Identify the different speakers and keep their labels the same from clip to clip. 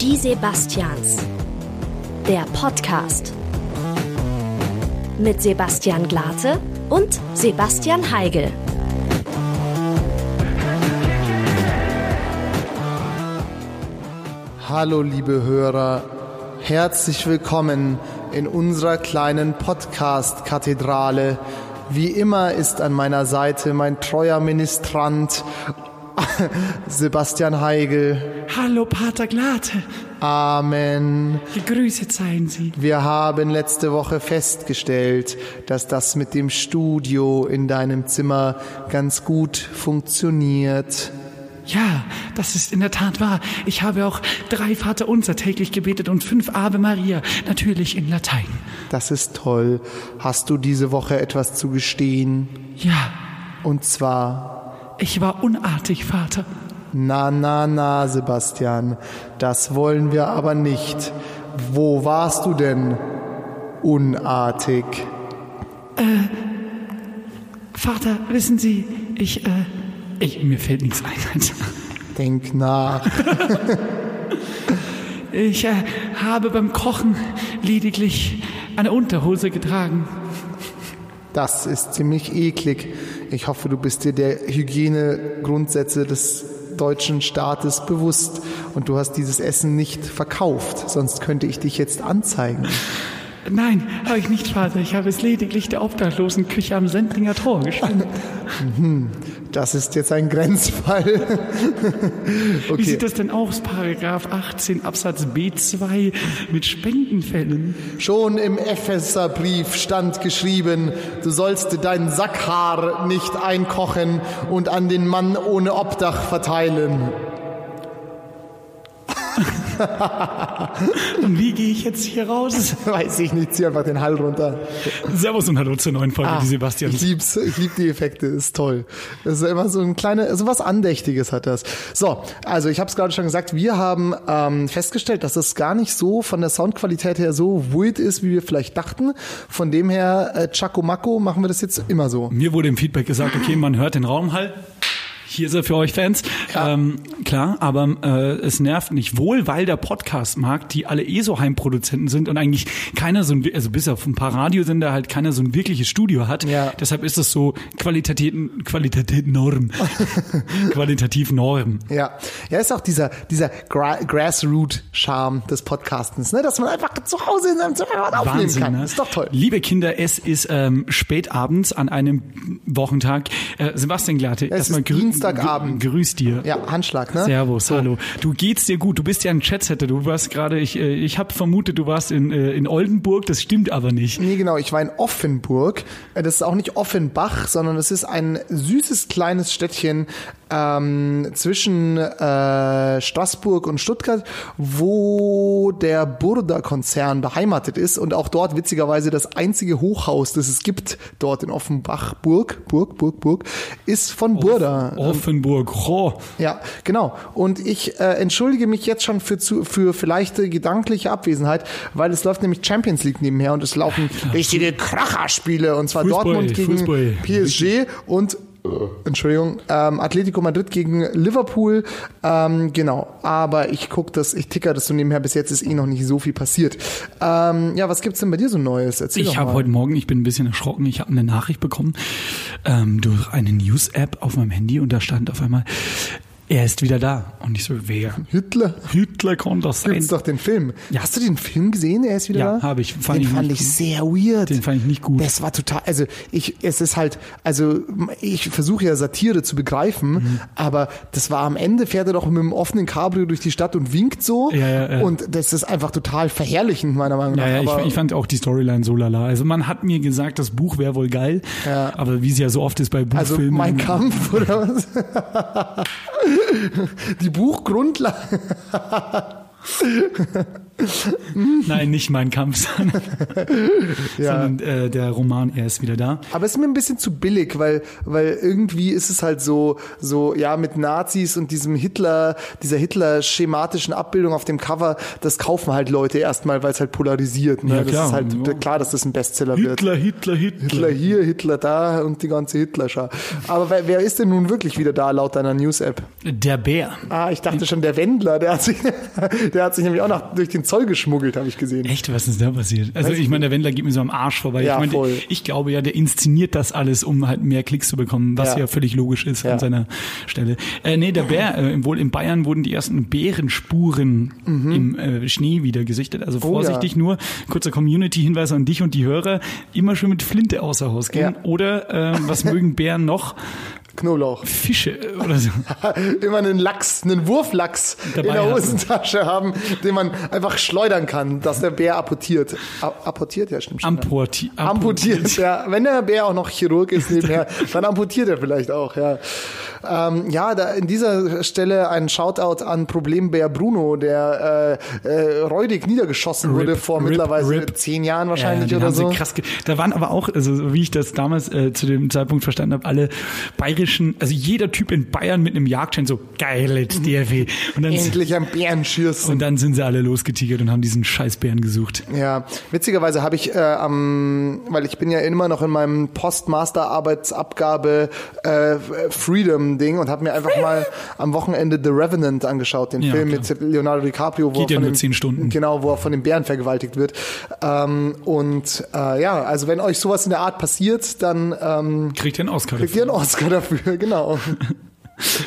Speaker 1: Die Sebastians. Der Podcast. Mit Sebastian Glate und Sebastian Heigel.
Speaker 2: Hallo liebe Hörer, herzlich willkommen in unserer kleinen Podcast-Kathedrale. Wie immer ist an meiner Seite mein treuer Ministrant Sebastian Heigel.
Speaker 3: Hallo Pater Glate,
Speaker 2: Amen.
Speaker 3: gegrüßet seien Sie.
Speaker 2: Wir haben letzte Woche festgestellt, dass das mit dem Studio in deinem Zimmer ganz gut funktioniert.
Speaker 3: Ja, das ist in der Tat wahr. Ich habe auch drei Vater unser täglich gebetet und fünf Ave Maria, natürlich in Latein.
Speaker 2: Das ist toll. Hast du diese Woche etwas zu gestehen?
Speaker 3: Ja,
Speaker 2: Und zwar
Speaker 3: ich war unartig, Vater.
Speaker 2: Na, na, na, Sebastian, das wollen wir aber nicht. Wo warst du denn? Unartig.
Speaker 3: Vater, wissen Sie, ich, äh, ich mir fällt nichts ein.
Speaker 2: Denk nach.
Speaker 3: Ich äh, habe beim Kochen lediglich eine Unterhose getragen.
Speaker 2: Das ist ziemlich eklig. Ich hoffe, du bist dir der Hygienegrundsätze des deutschen Staates bewusst und du hast dieses Essen nicht verkauft, sonst könnte ich dich jetzt anzeigen.
Speaker 3: Nein, habe ich nicht, Vater. Ich habe es lediglich der Obdachlosenküche am Sendringer Tor gespendet.
Speaker 2: Das ist jetzt ein Grenzfall.
Speaker 3: Wie
Speaker 2: Okay.
Speaker 3: sieht das denn aus, Paragraph 18 Absatz B2 mit Spendenfällen?
Speaker 2: Schon im Epheserbrief stand geschrieben, du sollst dein Sackhaar nicht einkochen und an den Mann ohne Obdach verteilen.
Speaker 3: Und wie gehe ich jetzt hier raus?
Speaker 2: Weiß ich nicht, zieh einfach den Hall runter.
Speaker 3: Servus und hallo zur neuen Folge, die Sebastian.
Speaker 2: Ich lieb's, ich lieb die Effekte, ist toll. Das ist immer so ein kleines, so was Andächtiges hat das. So, also ich habe es gerade schon gesagt, wir haben ähm, festgestellt, dass es gar nicht so von der Soundqualität her so weird ist, wie wir vielleicht dachten. Von dem her, äh, Chaco Maco, machen wir das jetzt immer so.
Speaker 4: Mir wurde im Feedback gesagt, okay, man hört den Raum halt. Hier ist er für euch Fans. Ähm, klar, aber äh, es nervt nicht wohl, weil der Podcast-Markt, die alle eh so Heimproduzenten sind und eigentlich keiner so ein, also bis auf ein paar Radiosender halt keiner so ein wirkliches Studio hat.
Speaker 2: Ja.
Speaker 4: Deshalb ist es so Qualitäten, Qualität Norm. Qualitativ Norm.
Speaker 2: Ja, ja, ist auch dieser, dieser Gra Grassroot-Charme des Podcastens, ne? dass man einfach zu Hause in seinem Zimmer was aufnehmen
Speaker 4: Wahnsinn,
Speaker 2: kann.
Speaker 4: ne?
Speaker 2: Ist doch toll.
Speaker 4: Liebe Kinder, es ist ähm, spät abends an einem Wochentag. Äh, Sebastian Glatte,
Speaker 2: Es
Speaker 4: erstmal
Speaker 2: ist
Speaker 4: grü-
Speaker 2: Dienstagabend.
Speaker 4: grü- Grüß dir.
Speaker 2: Ja, Handschlag, ne?
Speaker 4: Servus, hallo. Du geht's dir gut. Du bist ja ein Chatsetter. Du warst gerade, ich, äh, ich habe vermutet, du warst in, äh, in Oldenburg. Das stimmt aber nicht.
Speaker 2: Nee, genau, ich war in Offenburg. Äh, Das ist auch nicht Offenbach, sondern das ist ein süßes kleines Städtchen ähm, zwischen äh, Straßburg und Stuttgart, wo der Burda-Konzern beheimatet ist und auch dort witzigerweise das einzige Hochhaus, das es gibt, dort in Offenbach, Burg, Burg, Burg, Burg, ist
Speaker 4: Oh.
Speaker 2: von Burda.
Speaker 4: Offenburg. Oh.
Speaker 2: Ja, genau. Und ich äh, entschuldige mich jetzt schon für, zu, für vielleicht äh, gedankliche Abwesenheit, weil es läuft nämlich Champions League nebenher und es laufen richtige Kracherspiele und zwar
Speaker 4: Fußball,
Speaker 2: Dortmund gegen
Speaker 4: Fußball.
Speaker 2: PSG und äh, Entschuldigung, ähm, Atletico Madrid gegen Liverpool. Ähm, genau, aber ich guck das, ich ticker das so nebenher. Bis jetzt ist eh noch nicht so viel passiert. Ähm, ja, was gibt's denn bei dir so Neues? Erzähl
Speaker 4: Ich
Speaker 2: doch
Speaker 4: habe
Speaker 2: mal.
Speaker 4: heute Morgen, ich bin ein bisschen erschrocken, ich habe eine Nachricht bekommen ähm, durch eine News-App auf meinem Handy und da stand auf einmal, er ist wieder da. Und ich so, wer?
Speaker 2: Hitler.
Speaker 4: Hitler kommt aus
Speaker 2: Gibt's doch den Film.
Speaker 4: Ja.
Speaker 2: Hast du den Film gesehen? Er ist wieder
Speaker 4: Ja,
Speaker 2: da?
Speaker 4: habe ich.
Speaker 2: Fand
Speaker 4: Fand
Speaker 2: den
Speaker 4: ich
Speaker 2: fand
Speaker 4: nicht
Speaker 2: ich
Speaker 4: gut.
Speaker 2: sehr weird.
Speaker 4: Den fand ich nicht gut.
Speaker 2: Das war total, also ich, es ist halt, also ich versuche ja Satire zu begreifen,
Speaker 4: Mhm.
Speaker 2: aber das war am Ende, fährt er doch mit einem offenen Cabrio durch die Stadt und winkt so.
Speaker 4: Ja, ja, ja.
Speaker 2: Und das ist einfach total verherrlichend, meiner Meinung nach.
Speaker 4: Ja, ja
Speaker 2: aber
Speaker 4: ich, ich fand auch die Storyline so lala. Also man hat mir gesagt, das Buch wäre wohl geil, aber wie es ja so oft ist bei
Speaker 2: also
Speaker 4: Buchfilmen.
Speaker 2: mein Kampf oder was? die Buchgrundlage.
Speaker 4: Nein, nicht mein Kampf, sondern,
Speaker 2: Ja.
Speaker 4: sondern äh, der Roman, er ist wieder da.
Speaker 2: Aber es ist mir ein bisschen zu billig, weil, weil irgendwie ist es halt so, so, ja, mit Nazis und diesem Hitler, dieser Hitler-schematischen Abbildung auf dem Cover, das kaufen halt Leute erstmal, weil es halt polarisiert. Ne?
Speaker 4: Ja, klar.
Speaker 2: Das ist halt
Speaker 4: Ja.
Speaker 2: klar, dass das ein Bestseller wird.
Speaker 4: Hitler, Hitler, Hitler.
Speaker 2: Hitler hier, Hitler da und die ganze Hitlerschar. Aber wer, wer ist denn nun wirklich wieder da laut deiner News-App?
Speaker 4: Der Bär.
Speaker 2: Ah, ich dachte schon, der Wendler, der hat sich, Der hat sich nämlich auch noch durch den Zoll geschmuggelt, habe ich gesehen.
Speaker 4: Echt, was ist da passiert? Also ich meine, der Wendler geht mir so am Arsch vorbei.
Speaker 2: Ja,
Speaker 4: ich, meine,
Speaker 2: voll.
Speaker 4: ich glaube ja, der inszeniert das alles, um halt mehr Klicks zu bekommen, was
Speaker 2: Ja.
Speaker 4: ja, völlig logisch ist
Speaker 2: Ja.
Speaker 4: an seiner Stelle. Äh, nee, der Bär, äh, wohl in Bayern wurden die ersten Bärenspuren im äh, Schnee wieder gesichtet. Also vorsichtig
Speaker 2: Mhm. Oh ja.
Speaker 4: nur, kurzer Community-Hinweis an dich und die Hörer, immer schön mit Flinte außer Haus gehen.
Speaker 2: Ja.
Speaker 4: Oder äh, was mögen Bären noch?
Speaker 2: Knoblauch.
Speaker 4: Fische äh, oder so.
Speaker 2: Immer einen Lachs, einen Wurflachs
Speaker 4: Dabei
Speaker 2: in der
Speaker 4: haben.
Speaker 2: Hosentasche haben, den man einfach schleudern kann, dass der Bär apportiert. A apportiert, ja, stimmt. schon.
Speaker 4: Amporti
Speaker 2: Amputiert, ja. Wenn der Bär auch noch Chirurg ist nebenher, dann amputiert er vielleicht auch, ja. Ähm, ja, da in dieser Stelle ein Shoutout an Problembär Bruno, der äh, äh, räudig niedergeschossen wurde
Speaker 4: Rip,
Speaker 2: vor
Speaker 4: rip,
Speaker 2: mittlerweile
Speaker 4: rip.
Speaker 2: zehn Jahren
Speaker 4: Ja,
Speaker 2: wahrscheinlich
Speaker 4: den
Speaker 2: oder
Speaker 4: haben
Speaker 2: so.
Speaker 4: sie krass ge- da waren aber auch, also so wie ich das damals äh, zu dem Zeitpunkt verstanden habe, alle bayerischen, also jeder Typ in Bayern mit einem Jagdschein so geil jetzt DFW und dann
Speaker 2: Endlich ein Bärenschirsen.
Speaker 4: und dann sind sie alle losgetigert und haben diesen Scheißbären gesucht.
Speaker 2: Ja, witzigerweise habe ich äh, am, weil ich bin ja immer noch in meinem Postmaster-Arbeitsabgabe äh, Freedom-Ding und habe mir einfach mal am Wochenende The Revenant angeschaut, den
Speaker 4: Ja,
Speaker 2: Film
Speaker 4: klar.
Speaker 2: mit Leonardo DiCaprio, wo
Speaker 4: Geht
Speaker 2: er
Speaker 4: ja
Speaker 2: von
Speaker 4: nur
Speaker 2: dem,
Speaker 4: zehn Stunden.
Speaker 2: Genau, wo er von den Bären vergewaltigt wird. Ähm, und äh, ja, also wenn euch sowas in der Art passiert, dann ähm,
Speaker 4: Kriegt ihr einen Oscar
Speaker 2: kriegt ihr einen Oscar dafür, genau.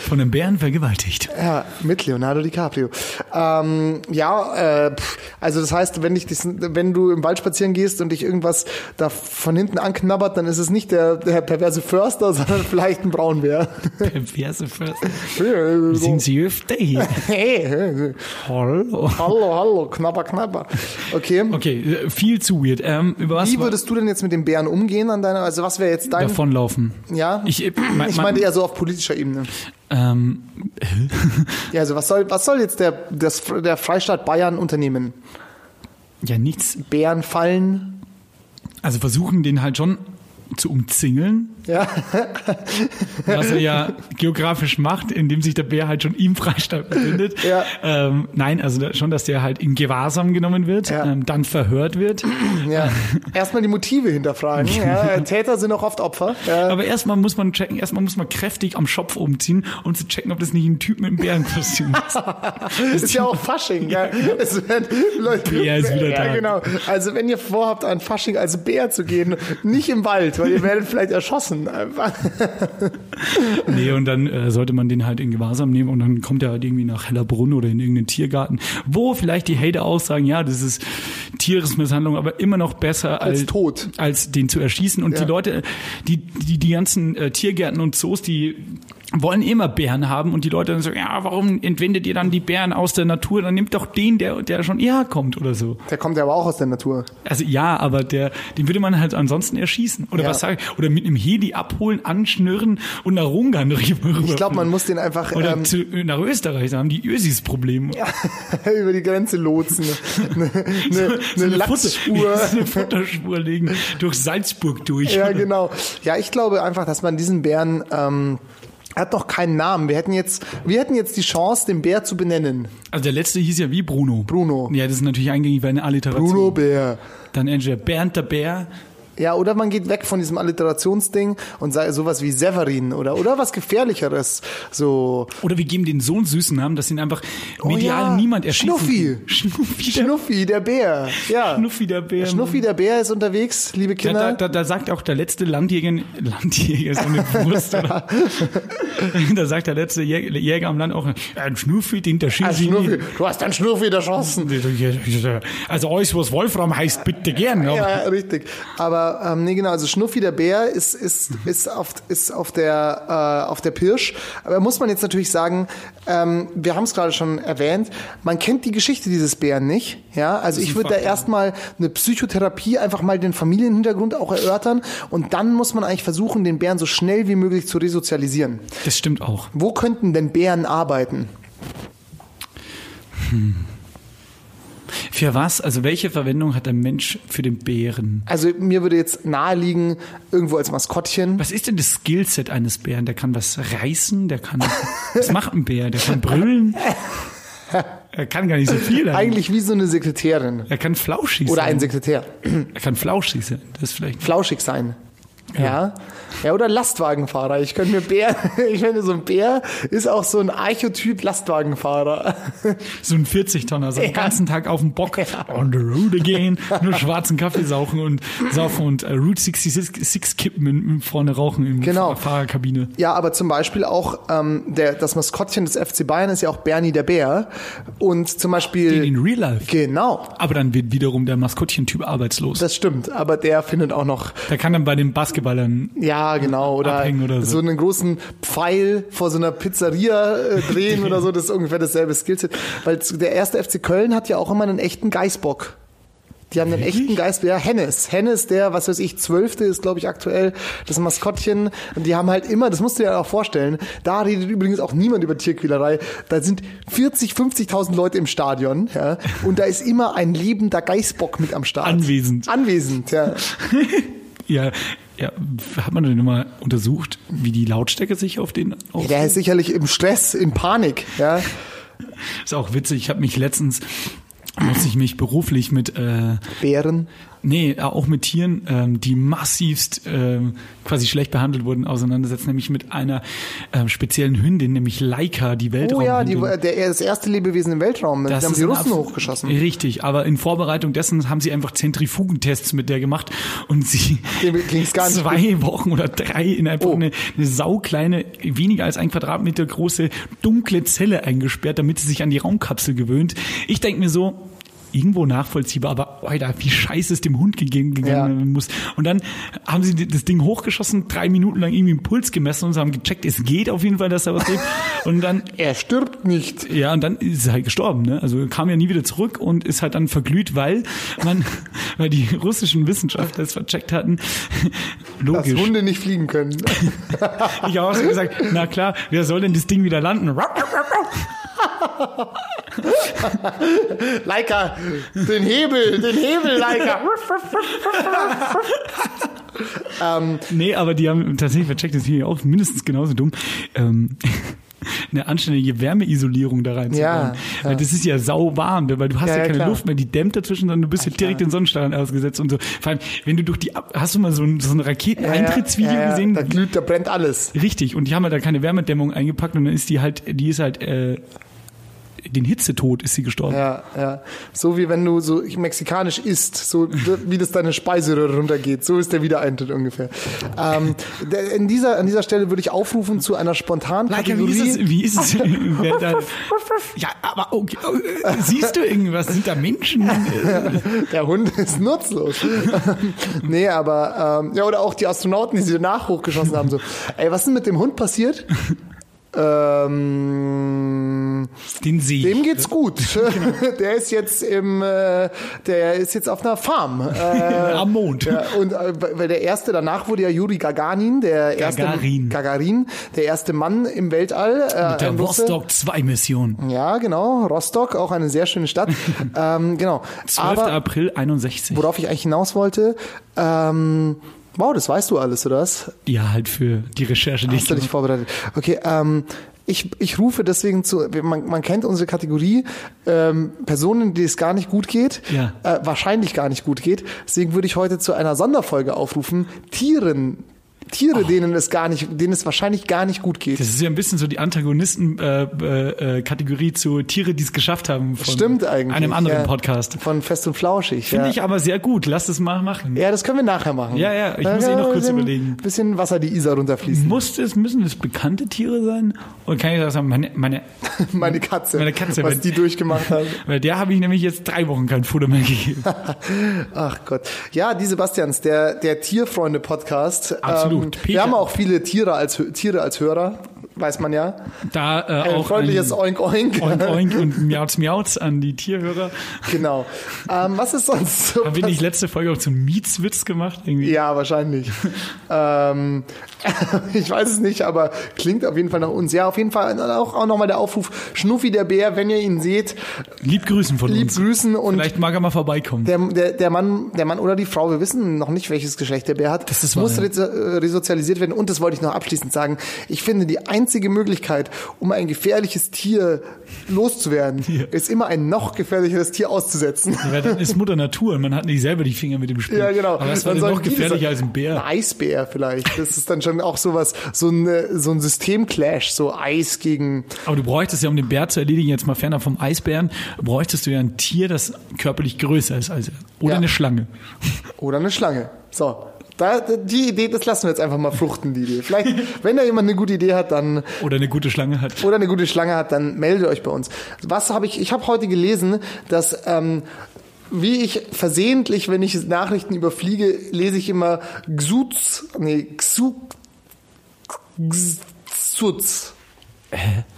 Speaker 4: von einem Bären vergewaltigt.
Speaker 2: Ja, mit Leonardo DiCaprio. Ähm, ja, äh, pff, also das heißt, wenn, ich diesen, wenn du im Wald spazieren gehst und dich irgendwas da von hinten anknabbert, dann ist es nicht der, der perverse Förster, sondern vielleicht ein Braunbär.
Speaker 4: Perverse Förster. Sind sie öfter hier?
Speaker 2: hey,
Speaker 4: Hallo.
Speaker 2: hallo, hallo, knabber, knabber. Okay.
Speaker 4: Okay, äh, viel zu weird. Ähm, über was
Speaker 2: Wie
Speaker 4: war-
Speaker 2: würdest du denn jetzt mit den Bären umgehen an deiner, also was wäre jetzt dein,
Speaker 4: davonlaufen?
Speaker 2: ja?
Speaker 4: Ich, äh, mein,
Speaker 2: ich meinte eher so auf politischer Ebene.
Speaker 4: ähm,
Speaker 2: Ja, also was soll, was soll jetzt der, das, der Freistaat Bayern unternehmen?
Speaker 4: ja nichts.
Speaker 2: Bären fallen?
Speaker 4: Also versuchen den halt schon zu umzingeln,
Speaker 2: Ja.
Speaker 4: was er ja geografisch macht, indem sich der Bär halt schon im Freistaat befindet.
Speaker 2: Ja.
Speaker 4: Ähm, nein, also da- schon, dass der halt in Gewahrsam genommen wird,
Speaker 2: Ja.
Speaker 4: ähm, dann verhört wird.
Speaker 2: Ja. Erstmal die Motive hinterfragen. Ja, Täter sind auch oft Opfer. Ja.
Speaker 4: Aber erstmal muss man checken, erstmal muss man kräftig am Schopf umziehen, um zu checken, ob das nicht ein Typ mit einem Bärenkostüm ist.
Speaker 2: Ist ja auch Fasching. Ja. Es werden Leute,
Speaker 4: Bär ist wieder
Speaker 2: ja,
Speaker 4: da.
Speaker 2: Genau. Also wenn ihr vorhabt, an Fasching als Bär zu gehen, nicht im Wald, weil ihr werdet vielleicht erschossen.
Speaker 4: Nee, und dann äh, sollte man den halt in Gewahrsam nehmen und dann kommt er halt irgendwie nach Hellerbrunn oder in irgendeinen Tiergarten, wo vielleicht die Hater auch sagen, ja, das ist Tieresmisshandlung, aber immer noch besser als,
Speaker 2: Als tot.
Speaker 4: als den zu erschießen. Und
Speaker 2: Ja.
Speaker 4: die Leute, die, die, die ganzen äh, Tiergärten und Zoos, die wollen immer Bären haben und die Leute dann sagen, ja, warum entwendet ihr dann die Bären aus der Natur? Dann nimmt doch den, der, der schon eher kommt oder so.
Speaker 2: Der kommt ja aber auch aus der Natur.
Speaker 4: Also ja, aber der, den würde man halt ansonsten erschießen. Oder
Speaker 2: Ja.
Speaker 4: was sag ich? Oder mit einem Heli abholen, anschnüren und nach Ungarn rüber.
Speaker 2: Ich glaube, man muss den einfach
Speaker 4: Oder
Speaker 2: ähm,
Speaker 4: zu, nach Österreich, da haben die Ösis Probleme.
Speaker 2: über die Grenze lotsen. Eine, eine, eine Lachsuhr.
Speaker 4: Futter, eine Futterspur legen, durch Salzburg durch.
Speaker 2: Ja, genau. Ja, ich glaube einfach, dass man diesen Bären ähm, er hat noch keinen Namen. Wir hätten jetzt, wir hätten jetzt die Chance, den Bär zu benennen.
Speaker 4: Also der letzte hieß ja wie Bruno.
Speaker 2: Bruno.
Speaker 4: Ja, das ist natürlich eingängig bei einer Alliteration.
Speaker 2: Bruno Bär.
Speaker 4: Dann entweder Bernd der Bär.
Speaker 2: Ja, oder man geht weg von diesem Alliterationsding und sagt sowas wie Severin oder, oder was Gefährlicheres. So,
Speaker 4: Oder wir geben den so einen süßen Namen, dass ihn einfach
Speaker 2: Oh ja.
Speaker 4: medial niemand erschießen
Speaker 2: Schnuffi.
Speaker 4: kann. Schnuffi. Der,
Speaker 2: Schnuffi, der Bär. Ja.
Speaker 4: Schnuffi der Bär.
Speaker 2: Schnuffi, der Bär ist unterwegs, liebe
Speaker 4: Da,
Speaker 2: Kinder.
Speaker 4: da, da, da sagt auch der letzte Landjäger, Landjäger ist so eine Wurst, oder? da sagt der letzte Jä- Jäger am Land auch, äh, ein Schnuffi, den der
Speaker 2: Ah,
Speaker 4: schießt ihn
Speaker 2: Schnuffi, du hast einen Schnuffi erschossen.
Speaker 4: nicht. Also alles, was Wolfram heißt, bitte gern.
Speaker 2: Ja,
Speaker 4: Aber
Speaker 2: ja, richtig. Aber ähm, nee, genau, also Schnuffi der Bär ist, ist,
Speaker 4: Mhm.
Speaker 2: ist, auf, ist auf, der, äh, auf der Pirsch. Aber muss man jetzt natürlich sagen, ähm, wir haben es gerade schon erwähnt, man kennt die Geschichte dieses Bären nicht. Ja, also ich würde da erstmal eine Psychotherapie einfach mal den Familienhintergrund auch erörtern und dann muss man eigentlich versuchen, den Bären so schnell wie möglich zu resozialisieren.
Speaker 4: das stimmt auch.
Speaker 2: Wo könnten denn Bären arbeiten?
Speaker 4: Für was? Also welche Verwendung hat der Mensch für den Bären?
Speaker 2: Also mir würde jetzt naheliegen, irgendwo als Maskottchen.
Speaker 4: Was ist denn das Skillset eines Bären? Der kann was reißen, der kann. Was macht ein Bär? Der kann brüllen. Er kann gar nicht so viel.
Speaker 2: Eigentlich wie so eine Sekretärin
Speaker 4: Er kann flauschig
Speaker 2: oder
Speaker 4: sein.
Speaker 2: ein Sekretär.
Speaker 4: Er kann flauschig sein. Das ist vielleicht.
Speaker 2: Flauschig sein. Ja. Ja, oder Lastwagenfahrer. Ich könnte mir Bär, ich finde, so ein Bär ist auch so ein Archetyp Lastwagenfahrer.
Speaker 4: So ein 40-Tonner, so den ganzen Tag auf dem Bock, on the road again, nur schwarzen Kaffee saufen und saufen und äh, Route 66 Six kippen und, und vorne rauchen in
Speaker 2: Genau.
Speaker 4: der Fahrerkabine.
Speaker 2: Ja, aber zum Beispiel auch ähm, der, das Maskottchen des FC Bayern ist ja auch Bernie der Bär. Und zum Beispiel.
Speaker 4: Den in real life.
Speaker 2: Genau,
Speaker 4: Aber dann wird wiederum der Maskottchentyp arbeitslos.
Speaker 2: das stimmt. Aber der findet auch noch,
Speaker 4: der kann dann bei den Basketballern
Speaker 2: ja, genau, oder,
Speaker 4: Abhängen oder so.
Speaker 2: so einen großen Pfeil vor so einer Pizzeria äh, drehen oder so. Das ist ungefähr dasselbe Skillset. Weil zu- der erste FC Köln hat ja auch immer einen echten Geißbock. Die haben einen echten Geißbock. Ja, Hennes. Hennes, der, was weiß ich, Zwölfte ist, glaube ich, aktuell das Maskottchen. Und die haben halt immer, das musst du dir ja auch vorstellen, da redet übrigens auch niemand über Tierquälerei. Da sind 40, 50.000 Leute im Stadion. Ja, und da ist immer ein lebender Geißbock mit am Start.
Speaker 4: Anwesend.
Speaker 2: Anwesend, ja.
Speaker 4: Ja, ja, hat man denn immer untersucht, wie die Lautstärke sich auf den auf
Speaker 2: Der ist sicherlich im Stress, in Panik. Ja.
Speaker 4: Ist auch witzig, ich habe mich letztens musste ich mich beruflich mit äh,
Speaker 2: Bären.
Speaker 4: nee, äh, auch mit Tieren, ähm, die massivst ähm, quasi schlecht behandelt wurden, auseinandersetzen, nämlich mit einer ähm, speziellen Hündin, nämlich Laika, die Weltraum.
Speaker 2: Oh ja, die, der, das erste Lebewesen im Weltraum. Das haben die
Speaker 4: ein
Speaker 2: Russen
Speaker 4: absolut-
Speaker 2: hochgeschossen.
Speaker 4: Richtig, aber in Vorbereitung dessen haben sie einfach Zentrifugentests mit der gemacht und sie
Speaker 2: Dem ging's gar nicht
Speaker 4: zwei Wochen oder drei in einfach
Speaker 2: Oh.
Speaker 4: eine, eine saukleine, weniger als ein Quadratmeter große, dunkle Zelle eingesperrt, damit sie sich an die Raumkapsel gewöhnt. Ich denke mir so, irgendwo nachvollziehbar, aber Alter, wie scheiße es dem Hund gegeben gegangen
Speaker 2: Ja.
Speaker 4: muss. Und dann haben sie die- das Ding hochgeschossen, drei Minuten lang irgendwie einen Puls gemessen und sie haben gecheckt, es geht auf jeden Fall, dass da was lebt. Und dann
Speaker 2: Er stirbt nicht.
Speaker 4: ja, und dann ist er halt gestorben, ne? Also kam ja nie wieder zurück und ist halt dann verglüht, weil man, weil die russischen Wissenschaftler es vercheckt hatten.
Speaker 2: Dass
Speaker 4: Logisch.
Speaker 2: Hunde nicht fliegen können.
Speaker 4: Ich habe auch so gesagt, na klar, wer soll denn das Ding wieder landen?
Speaker 2: Leica, den Hebel, den Hebel, Leica.
Speaker 4: Nee, aber die haben tatsächlich vercheckt, das ist hier auch mindestens genauso dumm. Ähm, eine anständige Wärmeisolierung da rein
Speaker 2: Ja,
Speaker 4: Weil das ist ja sau warm, weil du hast
Speaker 2: Ja,
Speaker 4: ja,
Speaker 2: ja,
Speaker 4: keine
Speaker 2: klar.
Speaker 4: Luft mehr, die dämmt dazwischen, sondern du bist ja, direkt den Sonnenstrahlen ausgesetzt und so. Vor allem, wenn du durch die, Ab- hast du mal so ein, so ein Raketeneintrittsvideo
Speaker 2: Ja, ja,
Speaker 4: gesehen?
Speaker 2: Da glüht, da brennt alles.
Speaker 4: Richtig, und die haben ja da keine Wärmedämmung eingepackt und dann ist die halt, die ist halt, äh, den Hitzetod ist sie gestorben.
Speaker 2: Ja, ja. So wie wenn du so mexikanisch isst, so wie das deine Speiseröhre runtergeht, so ist der Wiedereintritt ungefähr. Ähm, der, in dieser, an dieser Stelle würde ich aufrufen zu einer spontanen
Speaker 4: Leica, wie
Speaker 2: Kategorie.
Speaker 4: ist es, wie ist es, wenn da, ja, aber okay, äh, siehst du irgendwas, sind da Menschen?
Speaker 2: Der Hund ist nutzlos. nee, aber ähm, ja, oder auch die Astronauten, die sie danach hochgeschossen haben. So, ey, was ist denn mit dem Hund passiert? ähm,
Speaker 4: Den sehe ich.
Speaker 2: dem geht's gut.
Speaker 4: Genau.
Speaker 2: der ist jetzt im, äh, der ist jetzt auf einer Farm. Äh,
Speaker 4: am Mond.
Speaker 2: ja, und äh, weil der erste danach wurde ja Juri Gagarin, der erste
Speaker 4: Gagarin.
Speaker 2: Gagarin, der erste Mann im Weltall. Äh,
Speaker 4: Der
Speaker 2: ein Russe.
Speaker 4: Vostok 2 Mission.
Speaker 2: Ja, genau. Rostock, auch eine sehr schöne Stadt. ähm, genau.
Speaker 4: 12. April 61.
Speaker 2: worauf ich eigentlich hinaus wollte. Ähm, wow, das weißt du alles, oder was?
Speaker 4: Ja, halt für die Recherche, die ich
Speaker 2: Hast du dich vorbereitet? Okay, ähm, ich, ich rufe deswegen zu, man, man kennt unsere Kategorie, ähm, Personen, die es gar nicht gut geht,
Speaker 4: Ja.
Speaker 2: äh, wahrscheinlich gar nicht gut geht. Deswegen würde ich heute zu einer Sonderfolge aufrufen, Tieren, Tiere, denen es gar nicht, denen es wahrscheinlich gar nicht gut geht.
Speaker 4: Oh. Das ist ja ein bisschen so die Antagonisten-Kategorie äh, äh, Kategorie zu Tiere, die es geschafft haben. Von
Speaker 2: Stimmt eigentlich.
Speaker 4: Einem anderen
Speaker 2: ja.
Speaker 4: Podcast.
Speaker 2: Von Fest und Flauschig.
Speaker 4: Finde
Speaker 2: ja.
Speaker 4: ich aber sehr gut. Lass es mal machen.
Speaker 2: ja, das können wir nachher machen.
Speaker 4: Ja, ja, ich muss eh
Speaker 2: kann
Speaker 4: noch
Speaker 2: ein
Speaker 4: kurz
Speaker 2: bisschen,
Speaker 4: überlegen.
Speaker 2: Bisschen Wasser die Isar runterfließen.
Speaker 4: Muss es, müssen es bekannte Tiere sein? Und kann ich das sagen, meine, meine,
Speaker 2: Meine Katze.
Speaker 4: Meine Katze,
Speaker 2: Was
Speaker 4: wenn-
Speaker 2: die durchgemacht hat.
Speaker 4: weil der habe ich nämlich jetzt drei Wochen kein Futter mehr gegeben.
Speaker 2: Ach Gott. Ja, die Sebastians, der, der Tierfreunde-Podcast. Ähm,
Speaker 4: Absolut.
Speaker 2: wir
Speaker 4: Peter.
Speaker 2: haben auch viele Tiere als, Hö- Tiere als Hörer, weiß man ja.
Speaker 4: Da äh,
Speaker 2: Ein
Speaker 4: auch
Speaker 2: freundliches
Speaker 4: ein
Speaker 2: Oink Oink.
Speaker 4: Oink Oink und Miauts Miauts an die Tierhörer.
Speaker 2: Genau. Ähm, was ist sonst so?
Speaker 4: Haben wir nicht
Speaker 2: pass-
Speaker 4: letzte Folge auch zum Mietswitz gemacht? Irgendwie?
Speaker 2: ja, wahrscheinlich. ähm, ich weiß es nicht, aber klingt auf jeden Fall nach uns. Ja, auf jeden Fall auch, auch nochmal der Aufruf. Schnuffi der Bär, wenn ihr ihn seht,
Speaker 4: Lieb grüßen von
Speaker 2: lieb
Speaker 4: uns.
Speaker 2: grüßen und
Speaker 4: Vielleicht mag er mal vorbeikommen.
Speaker 2: Der, der, der, Mann, der Mann oder die Frau, wir wissen noch nicht, welches Geschlecht der Bär hat,
Speaker 4: Das ist wahr,
Speaker 2: muss
Speaker 4: ja.
Speaker 2: rezo- äh, resozialisiert werden. Und das wollte ich noch abschließend sagen. Ich finde, die ein, einzige Möglichkeit, um ein gefährliches Tier loszuwerden, ist immer ein noch gefährlicheres Tier auszusetzen.
Speaker 4: Weil dann ist Mutter Natur und man hat nicht selber die Finger mit dem Spiel.
Speaker 2: Ja, genau.
Speaker 4: Aber das war
Speaker 2: Dann sagen
Speaker 4: dann noch
Speaker 2: die, das-
Speaker 4: gefährlicher als ein Bär.
Speaker 2: Ein Eisbär vielleicht. Das ist dann schon auch sowas, so ein, äh, so ein Systemclash, so Eis gegen.
Speaker 4: Aber du bräuchtest ja, um den Bär zu erledigen, jetzt mal ferner vom Eisbären, bräuchtest du ja ein Tier, das körperlich größer ist als er. Oder
Speaker 2: Ja.
Speaker 4: eine Schlange.
Speaker 2: Oder eine Schlange. So. Da, die Idee, das lassen wir jetzt einfach mal fruchten, die Idee. Vielleicht, wenn da jemand eine gute Idee hat, dann
Speaker 4: Oder eine gute Schlange hat.
Speaker 2: oder eine gute Schlange hat, dann meldet euch bei uns. Was habe ich? Ich habe heute gelesen, dass ähm, wie ich versehentlich, wenn ich Nachrichten überfliege, lese ich immer Gsuts, nee, Xu, Gsuts,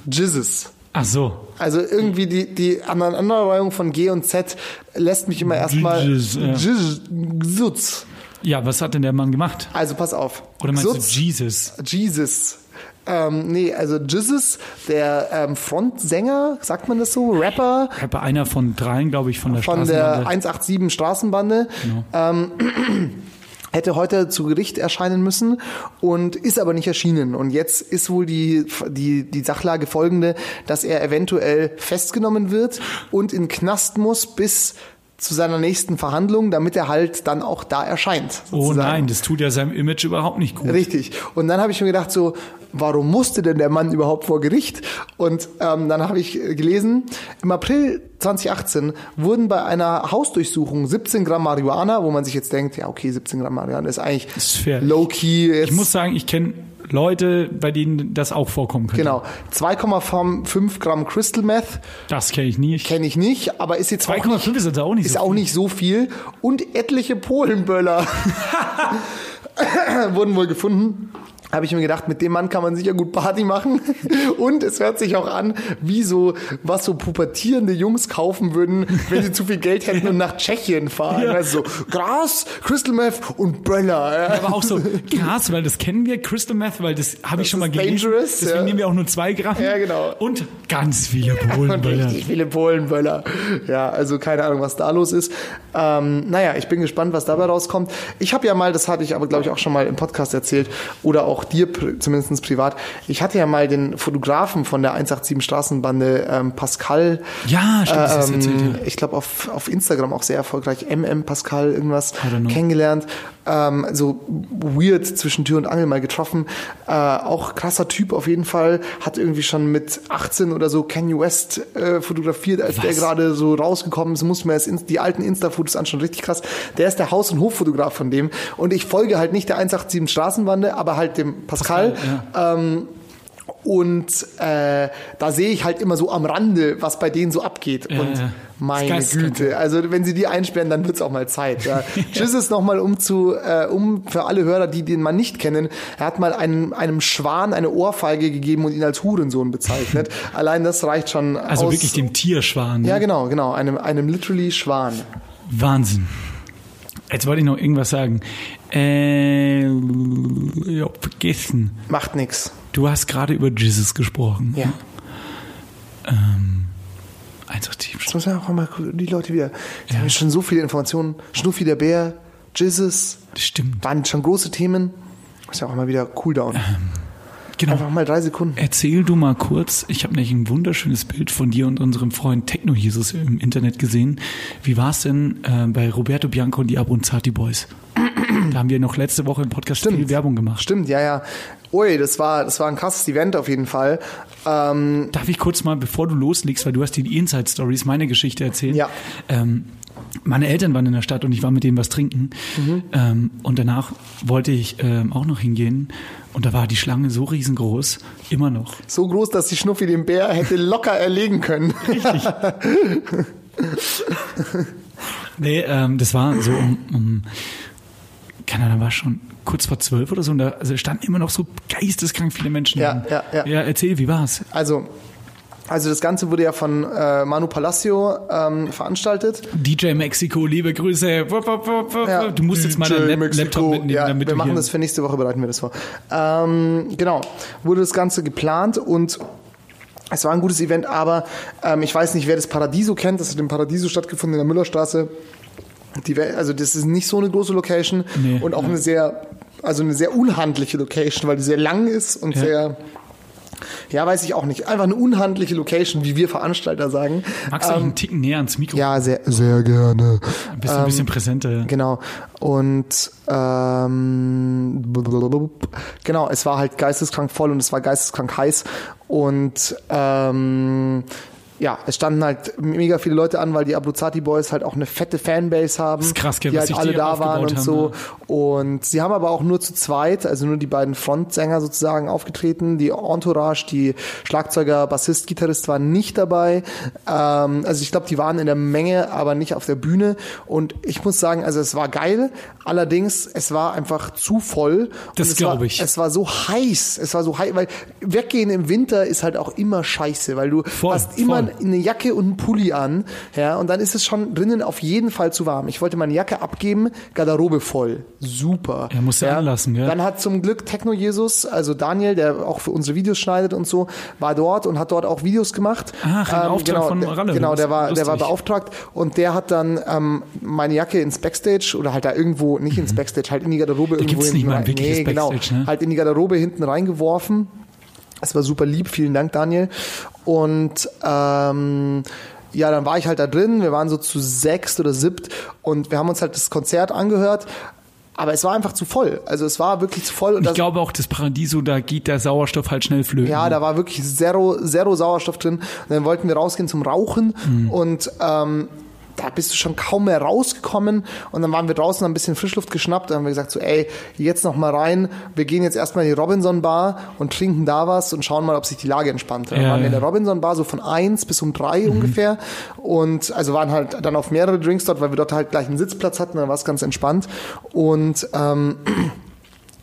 Speaker 2: Jizzes.
Speaker 4: Ach so.
Speaker 2: Also irgendwie die, die Aneinanderreihung von G und Z lässt mich immer erstmal
Speaker 4: Jizzes, ja.
Speaker 2: Jizzes, Gsuts.
Speaker 4: Ja, was hat denn der Mann gemacht?
Speaker 2: Also pass auf.
Speaker 4: Oder meinst
Speaker 2: Gsuts,
Speaker 4: du Jesus?
Speaker 2: Jesus. Ähm, nee, also Jesus, der ähm, Frontsänger, sagt man das so, Rapper
Speaker 4: Rapper einer von dreien, glaube ich, von der
Speaker 2: von der
Speaker 4: Straßenbande. Genau.
Speaker 2: 187 Straßenbande, ähm, hätte heute zu Gericht erscheinen müssen und ist aber nicht erschienen. Und jetzt ist wohl die, die, die Sachlage folgende, dass er eventuell festgenommen wird und in Knast muss bis zu seiner nächsten Verhandlung, damit er halt dann auch da erscheint.
Speaker 4: Oh
Speaker 2: sozusagen.
Speaker 4: nein, das tut ja seinem Image überhaupt nicht gut.
Speaker 2: Richtig. Und dann habe ich mir gedacht, so, warum musste denn der Mann überhaupt vor Gericht? Und ähm, dann habe ich äh, gelesen, im April 2018 wurden bei einer Hausdurchsuchung 17 Gramm Marihuana, wo man sich jetzt denkt, ja, okay, 17 Gramm Marihuana ist eigentlich
Speaker 4: Ist fair.
Speaker 2: low-key. jetzt-
Speaker 4: Ich muss sagen, ich kenne Leute, bei denen das auch vorkommen könnte.
Speaker 2: Genau. 2,5 Gramm Crystal Meth
Speaker 4: Das kenne ich nie. Ich
Speaker 2: kenne ich nicht, aber ist jetzt auch nicht
Speaker 4: 2,5 ist jetzt auch nicht
Speaker 2: Ist
Speaker 4: so.
Speaker 2: auch nicht so viel. Und etliche Polenböller wurden wohl gefunden. Habe ich mir gedacht, mit dem Mann kann man sicher gut Party machen. Und es hört sich auch an, wie so, was so pubertierende Jungs kaufen würden, wenn sie zu viel Geld hätten und nach Tschechien fahren. Also so Gras, Crystal Meth und Böller. Ja.
Speaker 4: aber auch so krass, weil das kennen wir, Crystal Meth, weil das habe ich schon mal
Speaker 2: ist
Speaker 4: gelesen.
Speaker 2: dangerous,
Speaker 4: Deswegen
Speaker 2: ja.
Speaker 4: nehmen wir auch nur zwei Gramm.
Speaker 2: Ja, genau.
Speaker 4: Und ganz viele Polen.
Speaker 2: Und
Speaker 4: Böller.
Speaker 2: richtig viele Polenböller. Ja, also keine Ahnung, was da los ist. Ähm, naja, ich bin gespannt, was dabei rauskommt. Ich habe ja mal, das hatte ich aber, glaube ich, auch schon mal im Podcast erzählt oder auch dir pri- zumindest privat, ich hatte ja mal den Fotografen von der 187 Straßenbande, ähm, Pascal.
Speaker 4: Ja, stimmt, das hast du erzählt,
Speaker 2: ähm,
Speaker 4: ja.
Speaker 2: ich glaube, auf, auf Instagram auch sehr erfolgreich, MM Pascal irgendwas,
Speaker 4: don't know.
Speaker 2: kennengelernt. Ähm, so weird zwischen Tür und Angel mal getroffen. Äh, auch krasser Typ auf jeden Fall. Hat irgendwie schon mit 18 oder so Kanye West äh, fotografiert, als der gerade so rausgekommen ist. Muss man jetzt in, die alten Insta-Fotos anschauen. Richtig krass. Der ist der Haus- und Hoffotograf von dem. Und ich folge halt nicht der 187 Straßenbande, aber halt dem Pascal. ähm, und äh, da sehe ich halt immer so am Rande, was bei denen so abgeht. und
Speaker 4: ja.
Speaker 2: meine
Speaker 4: Geisteskrank.
Speaker 2: Güte. Also wenn sie die einsperren, dann wird es auch mal Zeit. Ja. Jizzes nochmal um zu, äh, um für alle Hörer, die den Mann nicht kennen, er hat mal einem, einem Schwan eine Ohrfeige gegeben und ihn als Hurensohn bezeichnet. Allein das reicht schon
Speaker 4: Also
Speaker 2: aus.
Speaker 4: wirklich dem Tierschwan.
Speaker 2: ja,
Speaker 4: ne?
Speaker 2: genau, genau. Einem, einem literally Schwan.
Speaker 4: Wahnsinn. Jetzt wollte ich noch irgendwas sagen. Äh, ich hab vergessen.
Speaker 2: Macht nix.
Speaker 4: Du hast gerade über Jesus gesprochen.
Speaker 2: Ja.
Speaker 4: Einfach tief.
Speaker 2: Jetzt muss man auch mal gu- die Leute wieder. Die haben schon so viele Informationen. Schnuffi der Bär, Jizzes,
Speaker 4: Stimmt.
Speaker 2: waren schon große Themen. Ist ja auch mal wieder Cooldown.
Speaker 4: Genau.
Speaker 2: Einfach mal drei Sekunden.
Speaker 4: Erzähl du mal kurz, ich habe nämlich ein wunderschönes Bild von dir und unserem Freund Techno Jesus im Internet gesehen. Wie war es denn äh, bei Roberto Bianco und die Abruzzati Boys? Da haben wir noch letzte Woche im Podcast viel Werbung gemacht.
Speaker 2: Stimmt, ja, ja. Ui, das war, das war ein krasses Event auf jeden Fall. Ähm,
Speaker 4: Darf ich kurz mal, bevor du loslegst, weil du hast die Inside Stories, meine Geschichte erzählt.
Speaker 2: Ja.
Speaker 4: Ähm, meine Eltern waren in der Stadt und ich war mit denen was trinken.
Speaker 2: Mhm.
Speaker 4: Ähm, und danach wollte ich ähm, auch noch hingehen. Und da war die Schlange so riesengroß, immer noch.
Speaker 2: so groß, dass die Schnuffi den Bär hätte locker erlegen können.
Speaker 4: Nee, ähm, das war so um, um keine Ahnung, war schon kurz vor zwölf oder so. Und da also standen immer noch so geisteskrank viele Menschen.
Speaker 2: Ja, ja, ja.
Speaker 4: ja erzähl, wie war's?
Speaker 2: Also, also das Ganze wurde ja von äh, Manu Palacio ähm, veranstaltet.
Speaker 4: DJ Mexiko, liebe Grüße. Wupp, wupp, wupp, wupp.
Speaker 2: Ja.
Speaker 4: Du musst jetzt mal
Speaker 2: DJ
Speaker 4: deinen Lap Laptop
Speaker 2: Mexiko.
Speaker 4: mitnehmen,
Speaker 2: ja,
Speaker 4: damit
Speaker 2: wir
Speaker 4: du
Speaker 2: machen
Speaker 4: hier
Speaker 2: das für nächste Woche, bereiten wir das vor. Ähm, genau, wurde das Ganze geplant und es war ein gutes Event, aber ähm, ich weiß nicht, wer das Paradiso kennt. Das hat im Paradiso stattgefunden, in der Müllerstraße. Die, Wel- also das ist nicht so eine große Location
Speaker 4: Nee.
Speaker 2: und auch eine sehr, also eine sehr unhandliche Location, weil die sehr lang ist und sehr Ja, weiß ich auch nicht. Einfach eine unhandliche Location, wie wir Veranstalter sagen.
Speaker 4: Magst du
Speaker 2: Ähm,
Speaker 4: dich einen Ticken näher ans Mikro?
Speaker 2: Ja, sehr, sehr gerne.
Speaker 4: Bist du ein
Speaker 2: Ähm,
Speaker 4: bisschen präsenter.
Speaker 2: Genau. Und ähm, blub. genau, es war halt geisteskrank voll und es war geisteskrank heiß. Und ähm, ja, es standen halt mega viele Leute an, weil die Abruzzati Boys halt auch eine fette Fanbase haben,
Speaker 4: ist krass, gell,
Speaker 2: die
Speaker 4: was
Speaker 2: halt
Speaker 4: sich
Speaker 2: alle
Speaker 4: die
Speaker 2: da waren
Speaker 4: aufgebaut
Speaker 2: und
Speaker 4: haben,
Speaker 2: so. Und sie haben aber auch nur zu zweit, also nur die beiden Frontsänger sozusagen aufgetreten. Die Entourage, die Schlagzeuger, Bassist, Gitarrist waren nicht dabei. Ähm, also ich glaube, die waren in der Menge, aber nicht auf der Bühne. Und ich muss sagen, also es war geil. Allerdings, es war einfach zu voll.
Speaker 4: Das
Speaker 2: Und es
Speaker 4: glaub
Speaker 2: war-
Speaker 4: ich.
Speaker 2: Es war so heiß. Es war so heiß, weil weggehen im Winter ist halt auch immer scheiße, weil du
Speaker 4: Voll,
Speaker 2: hast immer
Speaker 4: voll.
Speaker 2: eine Jacke und einen Pulli an, ja, und dann ist es schon drinnen auf jeden Fall zu warm. Ich wollte meine Jacke abgeben, Garderobe voll. Super.
Speaker 4: Ja, musst du anlassen, gell?
Speaker 2: Dann hat zum Glück Techno Jesus, also Daniel, der auch für unsere Videos schneidet und so, war dort und hat dort auch Videos gemacht.
Speaker 4: Ah, Ach, ein Auftrag
Speaker 2: genau,
Speaker 4: von
Speaker 2: der-
Speaker 4: Ralle.
Speaker 2: Genau, der
Speaker 4: Lustig.
Speaker 2: war, der war beauftragt und der hat dann ähm, meine Jacke ins Backstage oder halt da irgendwo, nicht ins Backstage, halt in die Garderobe irgendwo
Speaker 4: Mhm. gibt's nicht
Speaker 2: hinten
Speaker 4: mal ein
Speaker 2: rein-
Speaker 4: wirkliches
Speaker 2: nee, genau,
Speaker 4: Backstage, ne?
Speaker 2: halt in die Garderobe hinten reingeworfen. Es war super lieb, vielen Dank, Daniel. Und ähm, ja, dann war ich halt da drin, wir waren so zu sechst oder siebt und wir haben uns halt das Konzert angehört, aber es war einfach zu voll. Also es war wirklich zu voll und
Speaker 4: Ich
Speaker 2: das,
Speaker 4: glaube auch, das Paradiso, da geht der Sauerstoff halt schnell flöten.
Speaker 2: ja, da war wirklich zero, zero Sauerstoff drin. Und dann wollten wir rausgehen zum Rauchen
Speaker 4: Mhm.
Speaker 2: und ähm, da bist du schon kaum mehr rausgekommen. Und dann waren wir draußen, haben ein bisschen Frischluft geschnappt. Dann haben wir gesagt so, ey, jetzt noch mal rein. Wir gehen jetzt erstmal in die Robinson Bar und trinken da was und schauen mal, ob sich die Lage entspannt. Dann
Speaker 4: Ja,
Speaker 2: waren wir in
Speaker 4: ja. Mhm.
Speaker 2: der Robinson Bar so von eins bis um drei ungefähr. Und also waren halt dann auf mehrere Drinks dort, weil wir dort halt gleich einen Sitzplatz hatten. Dann war es ganz entspannt. Und ähm,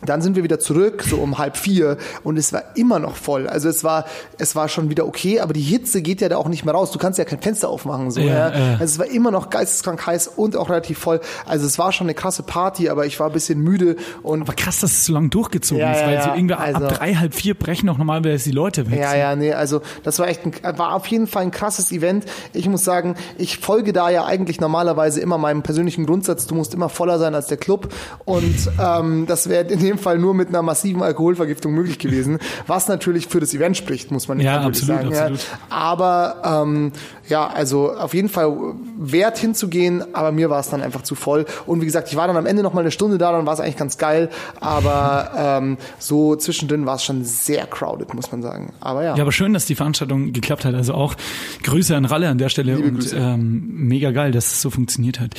Speaker 2: dann sind wir wieder zurück, so um halb vier, und es war immer noch voll. Also es war, es war schon wieder okay, aber die Hitze geht ja da auch nicht mehr raus. Du kannst ja kein Fenster aufmachen, so. Ja,
Speaker 4: Ja, ja.
Speaker 2: Also es war immer noch geisteskrank heiß und auch relativ voll. Also es war schon eine krasse Party, aber ich war ein bisschen müde und
Speaker 4: Aber krass, dass es so lang durchgezogen
Speaker 2: Ja,
Speaker 4: ist,
Speaker 2: ja,
Speaker 4: weil
Speaker 2: ja.
Speaker 4: so irgendwie
Speaker 2: Also-
Speaker 4: ab drei, halb vier brechen auch normalerweise die Leute weg.
Speaker 2: Ja, ja, nee, also das war echt ein, war auf jeden Fall ein krasses Event. Ich muss sagen, ich folge da ja eigentlich normalerweise immer meinem persönlichen Grundsatz, du musst immer voller sein als der Club. Und ähm, das wäre in dem Fall nur mit einer massiven Alkoholvergiftung möglich gewesen, was natürlich für das Event spricht, muss man
Speaker 4: Ja,
Speaker 2: natürlich
Speaker 4: absolut,
Speaker 2: sagen.
Speaker 4: absolut.
Speaker 2: Ja. Aber ähm, ja, also auf jeden Fall wert hinzugehen, aber mir war es dann einfach zu voll. Und wie gesagt, ich war dann am Ende noch mal eine Stunde da, dann war es eigentlich ganz geil, aber ähm, so zwischendrin war es schon sehr crowded, muss man sagen. Aber ja.
Speaker 4: Ja, aber schön, dass die Veranstaltung geklappt hat. Also auch Grüße an Ralle an der Stelle und ähm, mega geil, dass es so funktioniert hat.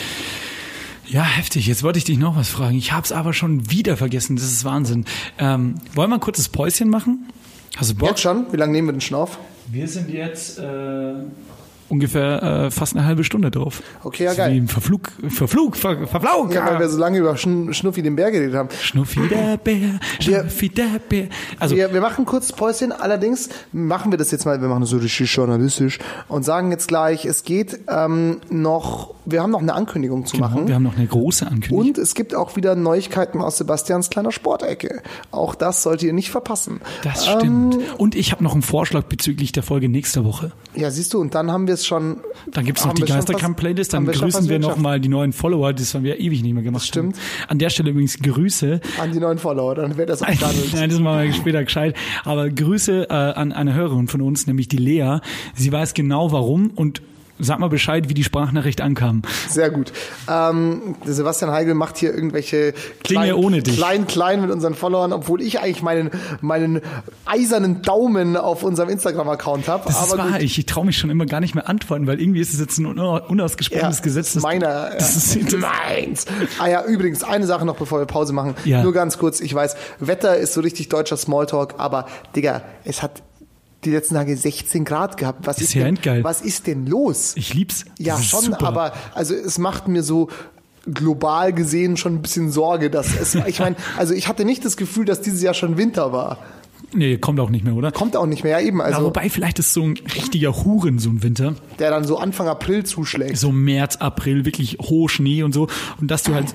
Speaker 4: Ja, heftig. Jetzt wollte ich dich noch was fragen. Ich hab's aber schon wieder vergessen. Das ist Wahnsinn. Ähm, wollen wir ein kurzes Päuschen machen? Hast du Bock?
Speaker 2: Jetzt schon? Wie lange nehmen wir den schon auf?
Speaker 4: Wir sind jetzt äh, ungefähr äh, fast eine halbe Stunde drauf.
Speaker 2: Okay, ja,
Speaker 4: Das ist
Speaker 2: geil.
Speaker 4: Wie im Verflug, Verflug, Ver, Verflug.
Speaker 2: Ja, weil wir so lange über Schn Schnuffi den Bär geredet haben.
Speaker 4: Schnuffi der Bär, Schnuffi der Bär. Also
Speaker 2: Wir, wir machen kurz Päuschen, allerdings machen wir das jetzt mal, wir machen das so richtig journalistisch und sagen jetzt gleich, es geht ähm, noch, wir haben noch eine Ankündigung zu machen.
Speaker 4: wir haben noch eine große Ankündigung.
Speaker 2: Und es gibt auch wieder Neuigkeiten aus Sebastians kleiner Sportecke. Auch das solltet ihr nicht verpassen.
Speaker 4: Das
Speaker 2: Ähm,
Speaker 4: stimmt. Und ich habe noch einen Vorschlag bezüglich der Folge nächste Woche.
Speaker 2: Ja, siehst du, und dann haben wir es schon.
Speaker 4: Dann gibt's noch
Speaker 2: haben
Speaker 4: die
Speaker 2: wir schon
Speaker 4: Geisterkampf-Playlist,
Speaker 2: fast-
Speaker 4: dann
Speaker 2: haben schon
Speaker 4: grüßen
Speaker 2: fast
Speaker 4: wir
Speaker 2: geschafft.
Speaker 4: nochmal die neuen Follower, das haben wir ewig nicht mehr gemacht.
Speaker 2: Stimmt.
Speaker 4: Haben. An der Stelle übrigens Grüße.
Speaker 2: An die neuen Follower, dann wird das auch gehandelt.
Speaker 4: Nein, das machen wir später gescheit. Aber Grüße äh, an eine Hörerin von uns, nämlich die Lea. Sie weiß genau warum und sag mal Bescheid, wie die Sprachnachricht ankam.
Speaker 2: Sehr gut. Ähm, der Sebastian Heigl macht hier irgendwelche klein,
Speaker 4: ohne dich.
Speaker 2: klein, klein mit unseren Followern, obwohl ich eigentlich meinen, meinen eisernen Daumen auf unserem Instagram-Account habe.
Speaker 4: Das ist
Speaker 2: Aber
Speaker 4: wahr,
Speaker 2: gut,
Speaker 4: ich, ich traue mich schon immer gar nicht mehr antworten, weil irgendwie ist es jetzt ein una- unausgesprochenes
Speaker 2: Ja,
Speaker 4: Gesetz. dass-
Speaker 2: meiner, äh,
Speaker 4: Das ist, das,
Speaker 2: Meins. Ah ja, übrigens, eine Sache noch, bevor wir Pause machen.
Speaker 4: Ja.
Speaker 2: Nur ganz kurz, ich weiß, Wetter ist so richtig deutscher Smalltalk, aber Digga, es hat die letzten Tage 16 Grad gehabt. Was ist,
Speaker 4: ja
Speaker 2: denn,
Speaker 4: endgeil.
Speaker 2: was ist denn los?
Speaker 4: ich lieb's. Das
Speaker 2: ja,
Speaker 4: ist
Speaker 2: schon,
Speaker 4: super.
Speaker 2: aber also es macht mir so global gesehen schon ein bisschen Sorge, dass es, ich meine, also ich hatte nicht das Gefühl, dass dieses Jahr schon Winter war.
Speaker 4: Nee, kommt auch nicht mehr, oder?
Speaker 2: Kommt auch nicht mehr, ja eben,
Speaker 4: Ja,
Speaker 2: also
Speaker 4: wobei, vielleicht ist so ein richtiger Huren so ein Winter.
Speaker 2: der dann so Anfang April zuschlägt.
Speaker 4: So März, April, wirklich hohe Schnee und so. Und dass du halt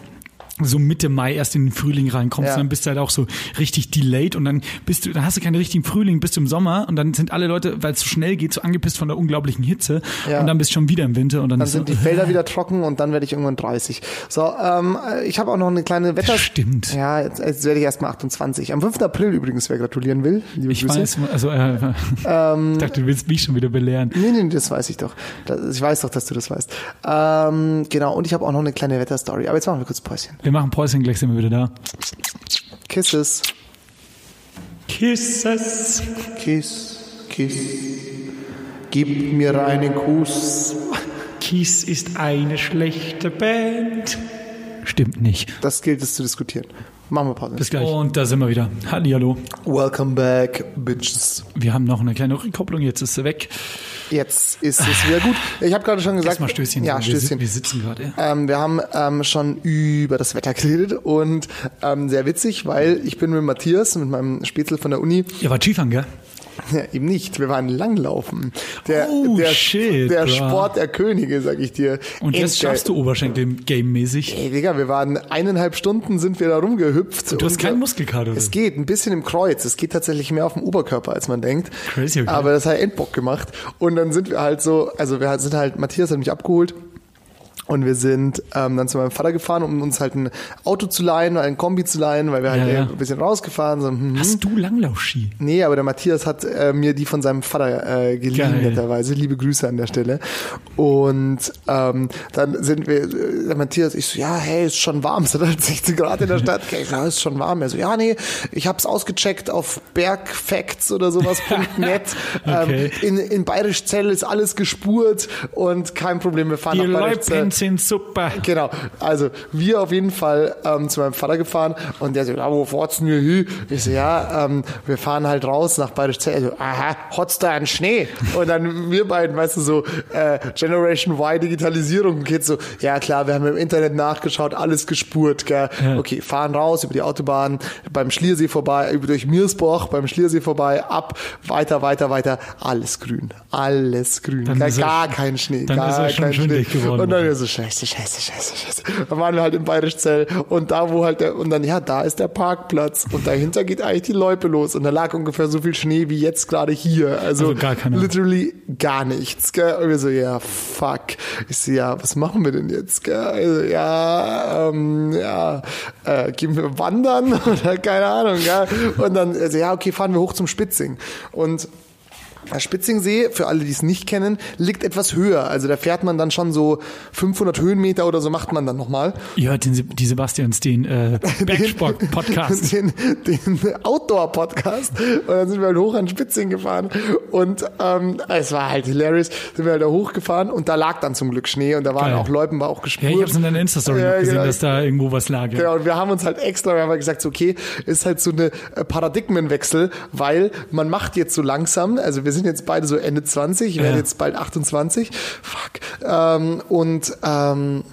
Speaker 4: so Mitte Mai erst in den Frühling reinkommst,
Speaker 2: Ja.
Speaker 4: und dann bist du halt auch so richtig delayed und dann bist du, dann hast du keinen richtigen Frühling, bist du im Sommer und dann sind alle Leute, weil es so schnell geht, so angepisst von der unglaublichen Hitze
Speaker 2: Ja.
Speaker 4: und dann bist du schon wieder im Winter und dann,
Speaker 2: Dann
Speaker 4: ist
Speaker 2: sind
Speaker 4: so,
Speaker 2: die Felder wieder trocken und dann werde ich irgendwann 30. So, ähm, ich habe auch noch eine kleine Wetter...
Speaker 4: äh, Stimmt.
Speaker 2: Ja, jetzt, jetzt werde ich erstmal 28. Am 5. April übrigens, wer gratulieren will. Liebe
Speaker 4: ich
Speaker 2: Grüße.
Speaker 4: weiß, also äh,
Speaker 2: Ähm.
Speaker 4: ich dachte, du willst mich schon wieder belehren.
Speaker 2: Nee, nee, das weiß ich doch. Das, ich weiß doch, dass du das weißt. Ähm, genau, und ich habe auch noch eine kleine Wetterstory. Aber jetzt machen wir kurz Päuschen.
Speaker 4: Wir machen Päuschen, gleich sind wir wieder da.
Speaker 2: Kisses.
Speaker 4: Kisses.
Speaker 2: Kiss, kiss. Gib mir einen Kuss.
Speaker 4: Kiss ist eine schlechte Band. Stimmt nicht.
Speaker 2: Das gilt es zu diskutieren. Machen wir Pause.
Speaker 4: Bis gleich. Und da sind wir wieder. Hallihallo.
Speaker 2: Welcome back, Bitches.
Speaker 4: Wir haben noch eine kleine Rückkopplung, jetzt ist sie weg.
Speaker 2: Jetzt ist es wieder gut. Ich habe gerade schon gesagt.
Speaker 4: Erstmal Stößchen.
Speaker 2: Ja,
Speaker 4: sagen. wir, sit-
Speaker 2: Stößchen.
Speaker 4: wir sitzen gerade. ja.
Speaker 2: Ähm, wir haben ähm, schon über das Wetter geredet und ähm, sehr witzig, weil ich bin mit Matthias, mit meinem Spätzle von der Uni,
Speaker 4: Ihr wart Skifahren, gell?
Speaker 2: Ja, eben nicht. Wir waren langlaufen. Der,
Speaker 4: Oh,
Speaker 2: der,
Speaker 4: shit,
Speaker 2: der
Speaker 4: bra.
Speaker 2: Sport der Könige, sag ich dir.
Speaker 4: Und jetzt
Speaker 2: Endgeil.
Speaker 4: schaffst du Oberschenkel-Game-mäßig.
Speaker 2: Ey, Digga, wir waren eineinhalb Stunden sind wir da rumgehüpft.
Speaker 4: Du hast
Speaker 2: Und
Speaker 4: keinen
Speaker 2: wir-
Speaker 4: Muskelkater. oder?
Speaker 2: Es geht ein bisschen im Kreuz. Es geht tatsächlich mehr auf dem Oberkörper, als man denkt.
Speaker 4: Crazy, okay.
Speaker 2: Aber das hat Endbock gemacht. Und dann sind wir halt so, also wir sind halt, Matthias hat mich abgeholt. Und wir sind ähm, dann zu meinem Vater gefahren, um uns halt ein Auto zu leihen, ein Kombi zu leihen, weil wir halt
Speaker 4: Ja,
Speaker 2: äh,
Speaker 4: ja.
Speaker 2: ein bisschen rausgefahren sind. Hm,
Speaker 4: Hast du Langlaufski?
Speaker 2: Nee, aber der Matthias hat äh, mir die von seinem Vater äh, geliehen,
Speaker 4: Geil.
Speaker 2: netterweise. Liebe Grüße an der Stelle. Und ähm, dann sind wir, äh, der Matthias, ich so, ja, hey, ist schon warm, es hat halt 16 Grad in der Stadt. Ich so, ja, ist schon warm. Er so, ja, nee, ich hab's ausgecheckt auf bergfacts oder sowas.net.
Speaker 4: Okay.
Speaker 2: ähm, in, in Bayerischzell ist alles gespurt und kein Problem, wir fahren
Speaker 4: Die
Speaker 2: nach Bayerischzell.
Speaker 4: Leuten sind super.
Speaker 2: Genau, also wir auf jeden Fall ähm, zu meinem Vater gefahren und der so, ja, wo fahrt's denn hier hin? Ich so, ja, ähm, wir fahren halt raus nach Bayerisch Zell. Er so, aha, hat's da einen Schnee? Und dann wir beiden, weißt du, so äh, Generation Y Digitalisierung und Kids so, ja klar, wir haben im Internet nachgeschaut, alles gespurt, gell. Okay, fahren raus über die Autobahn, beim Schliersee vorbei, über durch Miersbach, beim Schliersee vorbei, ab, weiter, weiter, weiter, alles grün, alles grün,
Speaker 4: Dann
Speaker 2: gar,
Speaker 4: ist er-
Speaker 2: gar kein Schnee,
Speaker 4: dann
Speaker 2: gar
Speaker 4: ist er schon
Speaker 2: kein Schnee.
Speaker 4: schwindelig geworden.
Speaker 2: Und dann wir so, scheiße, scheiße, scheiße, scheiße. Dann waren wir halt in Bayerischzell und da, wo halt der, und dann, ja, da ist der Parkplatz und dahinter geht eigentlich die Loipe los und da lag ungefähr so viel Schnee wie jetzt gerade hier. Also,
Speaker 4: Also gar keine.
Speaker 2: literally gar nichts, gell? Und wir so, ja, fuck. Ich so, ja, was machen wir denn jetzt, gell? Also, ja, ähm, ja, äh, gehen wir wandern oder keine Ahnung, gell? Und dann, also, ja, okay, fahren wir hoch zum Spitzing. Und der Spitzingsee, für alle, die es nicht kennen, liegt etwas höher. Also da fährt man dann schon so 500 Höhenmeter oder so macht man dann nochmal.
Speaker 4: Ihr hört den, Se- die Sebastians, den äh, Backsport-Podcast.
Speaker 2: Den, den Outdoor-Podcast. Und dann sind wir halt hoch an Spitzing gefahren. Und ähm, es war halt hilarious. Sind wir halt da hochgefahren und da lag dann zum Glück Schnee und da waren
Speaker 4: Geil.
Speaker 2: auch Loipen, war auch
Speaker 4: Ja,
Speaker 2: gespurt.
Speaker 4: ich hab's in deiner Insta-Story
Speaker 2: Ja,
Speaker 4: noch gesehen,
Speaker 2: genau.
Speaker 4: dass da irgendwo was lag. ja.
Speaker 2: Genau, und wir haben uns halt extra, wir haben halt gesagt, so, okay, ist halt so eine äh, Paradigmenwechsel, weil man macht jetzt so langsam, also wir sind jetzt beide so Ende 20, ich werde
Speaker 4: Ja.
Speaker 2: jetzt bald 28, fuck, ähm, und ähm,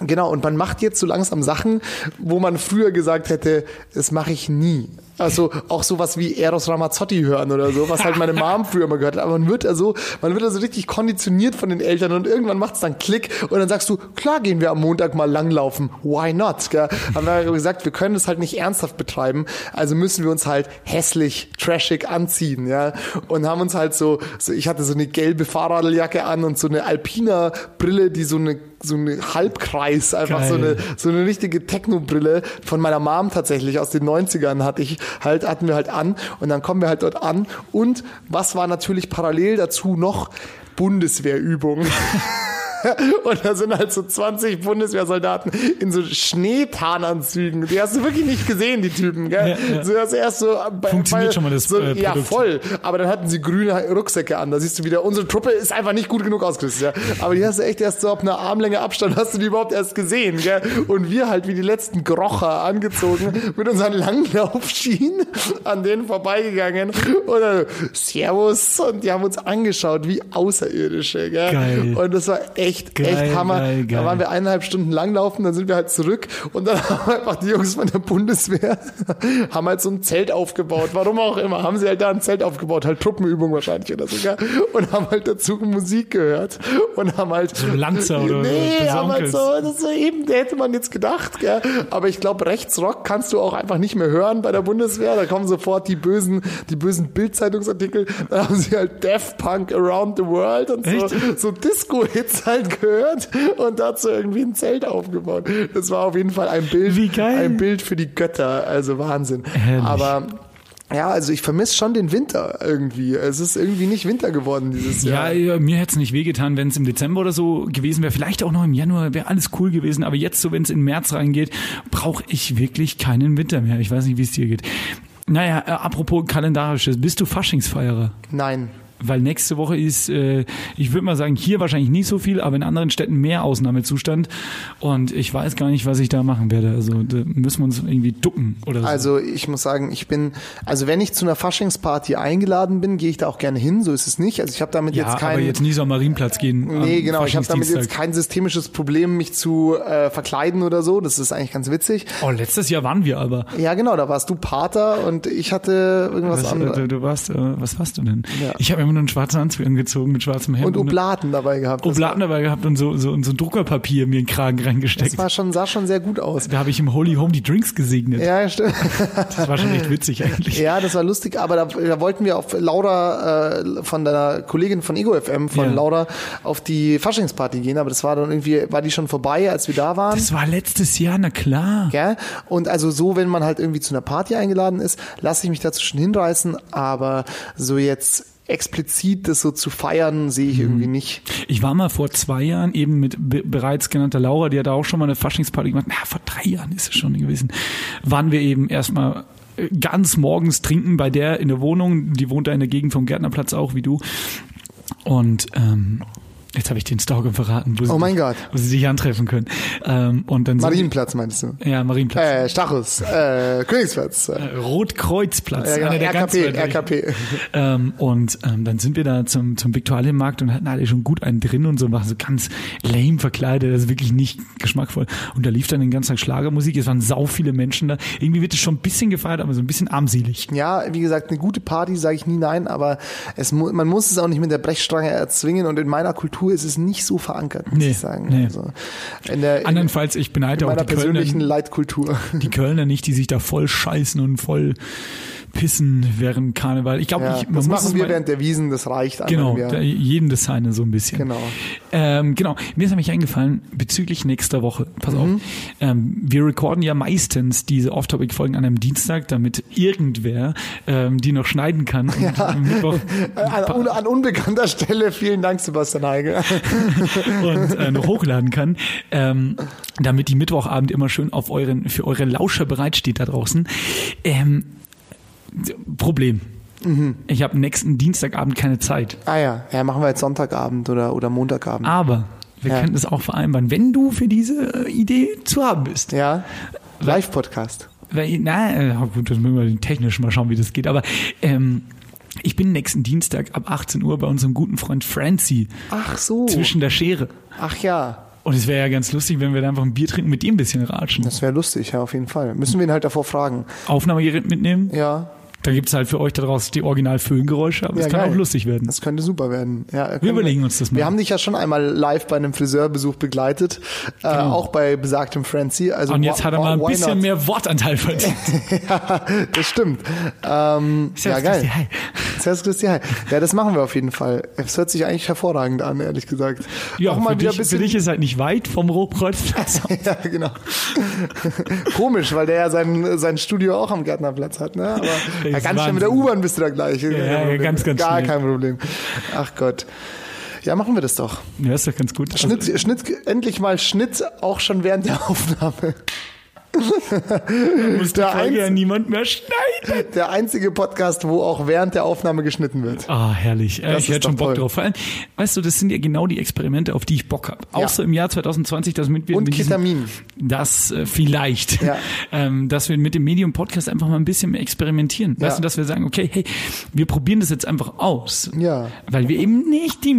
Speaker 2: genau, und man macht jetzt so langsam Sachen, wo man früher gesagt hätte, das mache ich nie. Also auch sowas wie Eros Ramazzotti hören oder so, was halt meine Mom früher mal gehört hat. Aber man wird also, man wird also richtig konditioniert von den Eltern und irgendwann macht es dann Klick und dann sagst du, klar gehen wir am Montag mal langlaufen. Why not? Gell? Haben wir ja gesagt, wir können das halt nicht ernsthaft betreiben, also müssen wir uns halt hässlich, trashig anziehen, ja. Und haben uns halt so, so ich hatte so eine gelbe Fahrradljacke an und so eine Alpina Brille, die so eine so eine Halbkreis, einfach so eine
Speaker 4: Geil.
Speaker 2: so eine richtige Techno-Brille von meiner Mom tatsächlich aus den 90ern hatte ich halt, hatten wir halt an und dann kommen wir halt dort an und was war natürlich parallel dazu noch Bundeswehrübungen. Und da sind halt so 20 Bundeswehrsoldaten in so Schneetarnanzügen. Die hast du wirklich nicht gesehen, die Typen, gell?
Speaker 4: Ja, ja.
Speaker 2: So das erst so äh, bei,
Speaker 4: Funktioniert schon mal das,
Speaker 2: so,
Speaker 4: äh,
Speaker 2: Ja,
Speaker 4: Produkt.
Speaker 2: voll. Aber dann hatten sie grüne Rucksäcke an. Da siehst du wieder, unsere Truppe ist einfach nicht gut genug ausgerüstet, ja. Aber die hast du echt erst so ab einer Armlänge Abstand hast du die überhaupt erst gesehen, gell? Und wir halt wie die letzten Grocher angezogen mit unseren Langlaufschienen an denen vorbeigegangen. Und dann, Servus. Und die haben uns angeschaut wie Außerirdische, gell?
Speaker 4: Geil.
Speaker 2: Und das war echt echt,
Speaker 4: Geil,
Speaker 2: echt Hammer.
Speaker 4: geil, geil.
Speaker 2: Da waren wir eineinhalb Stunden langlaufen, dann sind wir halt zurück und dann haben einfach die Jungs von der Bundeswehr haben halt so ein Zelt aufgebaut. Warum auch immer, haben sie halt da ein Zelt aufgebaut, halt Truppenübung wahrscheinlich oder sogar und haben halt dazu Musik gehört und haben halt so
Speaker 4: Lanzer oder
Speaker 2: nee,
Speaker 4: des
Speaker 2: haben halt
Speaker 4: Onkels.
Speaker 2: so das ist eben, da hätte man jetzt gedacht, gell? aber ich glaube, Rechtsrock kannst du auch einfach nicht mehr hören bei der Bundeswehr. Da kommen sofort die bösen, die bösen Bild-Zeitungsartikel. Da haben sie halt Death Punk Around the World und so,
Speaker 4: Echt?
Speaker 2: so Disco-Hits halt gehört und dazu irgendwie ein Zelt aufgebaut. Das war auf jeden Fall ein Bild,
Speaker 4: Wie geil.
Speaker 2: ein Bild für die Götter. Also Wahnsinn.
Speaker 4: Herrlich.
Speaker 2: Aber ja, also ich vermisse schon den Winter irgendwie. Es ist irgendwie nicht Winter geworden dieses Jahr.
Speaker 4: Ja, ja, mir hätte es nicht wehgetan, wenn es im Dezember oder so gewesen wäre. Vielleicht auch noch im Januar wäre alles cool gewesen. Aber jetzt, so wenn es in März reingeht, brauche ich wirklich keinen Winter mehr. Ich weiß nicht, wie es dir geht. Naja, äh, apropos kalendarisches, bist du Faschingsfeierer?
Speaker 2: Nein.
Speaker 4: Weil nächste Woche ist, äh, ich würde mal sagen, hier wahrscheinlich nicht so viel, aber in anderen Städten mehr Ausnahmezustand. Und ich weiß gar nicht, was ich da machen werde. Also da müssen wir uns irgendwie ducken oder so.
Speaker 2: Also ich muss sagen, ich bin, also wenn ich zu einer Faschingsparty eingeladen bin, gehe ich da auch gerne hin, so ist es nicht. Also ich habe damit
Speaker 4: ja,
Speaker 2: jetzt kein.
Speaker 4: aber jetzt nicht so am Marienplatz gehen.
Speaker 2: Nee,
Speaker 4: am
Speaker 2: genau. Ich habe damit jetzt
Speaker 4: Faschingsdienstag.
Speaker 2: kein systemisches Problem, mich zu äh, verkleiden oder so. Das ist eigentlich ganz witzig.
Speaker 4: Oh, letztes Jahr waren wir aber.
Speaker 2: Ja, genau. Da warst du Pater und ich hatte irgendwas
Speaker 4: Was,
Speaker 2: anderes
Speaker 4: du, du warst, äh, was warst du denn?
Speaker 2: Ja.
Speaker 4: Ich habe immer nur einen schwarzen Anzug angezogen mit schwarzem Hemd.
Speaker 2: und Oblaten dabei gehabt. Das,
Speaker 4: Oblaten dabei gehabt und so, so, und so ein Druckerpapier mir in den Kragen reingesteckt.
Speaker 2: das war schon, sah schon sehr gut aus.
Speaker 4: Da habe ich im Holy Home die Drinks gesegnet.
Speaker 2: Ja, stimmt.
Speaker 4: Das war schon echt witzig eigentlich.
Speaker 2: Ja, das war lustig, aber da, da wollten wir auf Laura äh, von deiner Kollegin von Ego FM, von
Speaker 4: Ja.
Speaker 2: Laura, auf die Faschingsparty gehen, aber das war dann irgendwie, war die schon vorbei, als wir da waren.
Speaker 4: Das war letztes Jahr, na klar.
Speaker 2: Gell? Und also so, wenn man halt irgendwie zu einer Party eingeladen ist, lasse ich mich dazu schon hinreißen, aber so jetzt explizit das so zu feiern, sehe
Speaker 4: Mhm.
Speaker 2: ich irgendwie nicht.
Speaker 4: Ich war mal vor zwei Jahren eben mit be bereits genannter Laura, die hat da auch schon mal eine Faschingsparty gemacht. Na, vor drei Jahren ist es schon gewesen. Waren wir eben erstmal äh, ganz morgens trinken bei der in der Wohnung. Die wohnt da in der Gegend vom Gärtnerplatz auch wie du. Und ähm, jetzt habe ich den Stalker verraten, wo sie,
Speaker 2: Oh mein Gott.
Speaker 4: Wo sie dich antreffen können. Ähm, und dann sind-
Speaker 2: Marienplatz meinst du?
Speaker 4: Ja, Marienplatz.
Speaker 2: Äh, Stachus, äh, Königsplatz. Äh,
Speaker 4: Rotkreuzplatz,
Speaker 2: ja,
Speaker 4: einer der
Speaker 2: genau,
Speaker 4: ganz
Speaker 2: RKP,
Speaker 4: weit weg.
Speaker 2: RKP.
Speaker 4: Ähm, und ähm, dann sind wir da zum, zum Viktualienmarkt und hatten alle schon gut einen drin und so, waren so ganz lame verkleidet, also wirklich nicht geschmackvoll. Und da lief dann den ganzen Tag Schlagermusik, es waren sau viele Menschen da. Irgendwie wird es schon ein bisschen gefeiert, aber so ein bisschen armselig.
Speaker 2: Ja, wie gesagt, eine gute Party sage ich nie nein, aber es mu man muss es auch nicht mit der Brechstange erzwingen und in meiner Kultur ist es nicht so verankert, muss
Speaker 4: Nee,
Speaker 2: ich sagen.
Speaker 4: nee.
Speaker 2: Also in der, in,
Speaker 4: Andernfalls, ich beneide auch
Speaker 2: meiner
Speaker 4: die Kölner,
Speaker 2: persönlichen Leitkultur.
Speaker 4: die Kölner nicht, die sich da voll scheißen und voll pissen während Karneval. Ich glaube,
Speaker 2: Ja,
Speaker 4: ich- man
Speaker 2: das
Speaker 4: muss es
Speaker 2: machen wir
Speaker 4: mal-
Speaker 2: während der Wiesen, das reicht Äh,
Speaker 4: Genau,
Speaker 2: einmal
Speaker 4: da,
Speaker 2: im Jahr.
Speaker 4: jedem das seine so ein bisschen.
Speaker 2: Genau.
Speaker 4: Ähm, genau, mir ist nämlich eingefallen, bezüglich nächster Woche, pass auf, ähm, wir recorden ja meistens diese Off-Topic-Folgen an einem Dienstag, damit irgendwer ähm, die noch schneiden kann und am Mittwoch
Speaker 2: An, un- an unbekannter Stelle vielen Dank, Sebastian Heige.
Speaker 4: und äh, noch hochladen kann, ähm, damit die Mittwochabend immer schön auf euren, für eure Lauscher bereitsteht da draußen. Ähm, d- Problem. Ich habe nächsten Dienstagabend keine Zeit.
Speaker 2: Ah ja, ja, machen wir jetzt Sonntagabend oder, oder Montagabend.
Speaker 4: Aber wir
Speaker 2: Ja.
Speaker 4: könnten es auch vereinbaren, wenn du für diese äh, Idee zu haben bist.
Speaker 2: Ja, Live-Podcast.
Speaker 4: Weil, na, äh, gut, das müssen wir technisch mal schauen, wie das geht. Aber ähm, ich bin nächsten Dienstag ab 18 Uhr bei unserem guten Freund Francie
Speaker 2: Ach so.
Speaker 4: zwischen der Schere.
Speaker 2: Ach ja,
Speaker 4: Und es wäre ja ganz lustig, wenn wir da einfach ein Bier trinken, mit ihm ein bisschen ratschen.
Speaker 2: das wäre lustig, ja, auf jeden Fall. Müssen wir ihn halt davor fragen.
Speaker 4: Aufnahmegerät mitnehmen.
Speaker 2: Ja,
Speaker 4: Da gibt's halt für euch da draußen die Original-Föhngeräusche, aber es
Speaker 2: Ja,
Speaker 4: kann
Speaker 2: geil.
Speaker 4: auch lustig werden.
Speaker 2: Das könnte super werden. Ja, können
Speaker 4: überlegen uns das mal.
Speaker 2: Wir haben dich ja schon einmal live bei einem Friseurbesuch begleitet, äh, auch bei besagtem Francie. Also
Speaker 4: Genau. Und
Speaker 2: wha-
Speaker 4: jetzt hat er mal ein
Speaker 2: why
Speaker 4: bisschen
Speaker 2: not?
Speaker 4: mehr Wortanteil verdient.
Speaker 2: Das stimmt. Ähm, ja, geil.
Speaker 4: Servus, Christi, hi.
Speaker 2: Servus Christi, hi. Ja, das machen wir auf jeden Fall. Es hört sich eigentlich hervorragend an, ehrlich gesagt.
Speaker 4: Ja,
Speaker 2: auch mal
Speaker 4: für,
Speaker 2: wieder ein
Speaker 4: dich,
Speaker 2: bisschen.
Speaker 4: für dich ist halt nicht weit vom Rotkreuzplatz.
Speaker 2: ja, genau. Komisch, weil der ja sein, sein Studio auch am Gärtnerplatz hat, ne? Aber ja, ganz schnell
Speaker 4: Wahnsinn.
Speaker 2: mit der U-Bahn bist du da gleich. Gar kein
Speaker 4: ja,
Speaker 2: Problem.
Speaker 4: ganz, ganz
Speaker 2: Gar
Speaker 4: schnell.
Speaker 2: kein Problem. Ach Gott. Ja, machen wir das doch.
Speaker 4: ja, ist doch ganz gut. Also,
Speaker 2: Schnitt, Schnitt, endlich mal Schnitt, auch schon während der Aufnahme.
Speaker 4: muss die
Speaker 2: der Einz-
Speaker 4: Folge ja niemand mehr schneiden.
Speaker 2: Der einzige Podcast, wo auch während der Aufnahme geschnitten wird.
Speaker 4: Ah, herrlich. Äh,
Speaker 2: Das
Speaker 4: ich
Speaker 2: ist
Speaker 4: hätte schon
Speaker 2: doch
Speaker 4: Bock
Speaker 2: toll.
Speaker 4: drauf. Vor allem, weißt du, das sind ja genau die Experimente, auf die ich Bock habe. Auch
Speaker 2: Ja.
Speaker 4: so im Jahr 2020, dass mit wir
Speaker 2: Und
Speaker 4: mit diesem-
Speaker 2: Ketamin.
Speaker 4: Das äh, vielleicht.
Speaker 2: Ja.
Speaker 4: Ähm, dass wir mit dem Medium Podcast einfach mal ein bisschen mehr experimentieren.
Speaker 2: Ja.
Speaker 4: Weißt du, dass wir sagen, okay, hey, wir probieren das jetzt einfach aus.
Speaker 2: Ja.
Speaker 4: Weil wir eben nicht die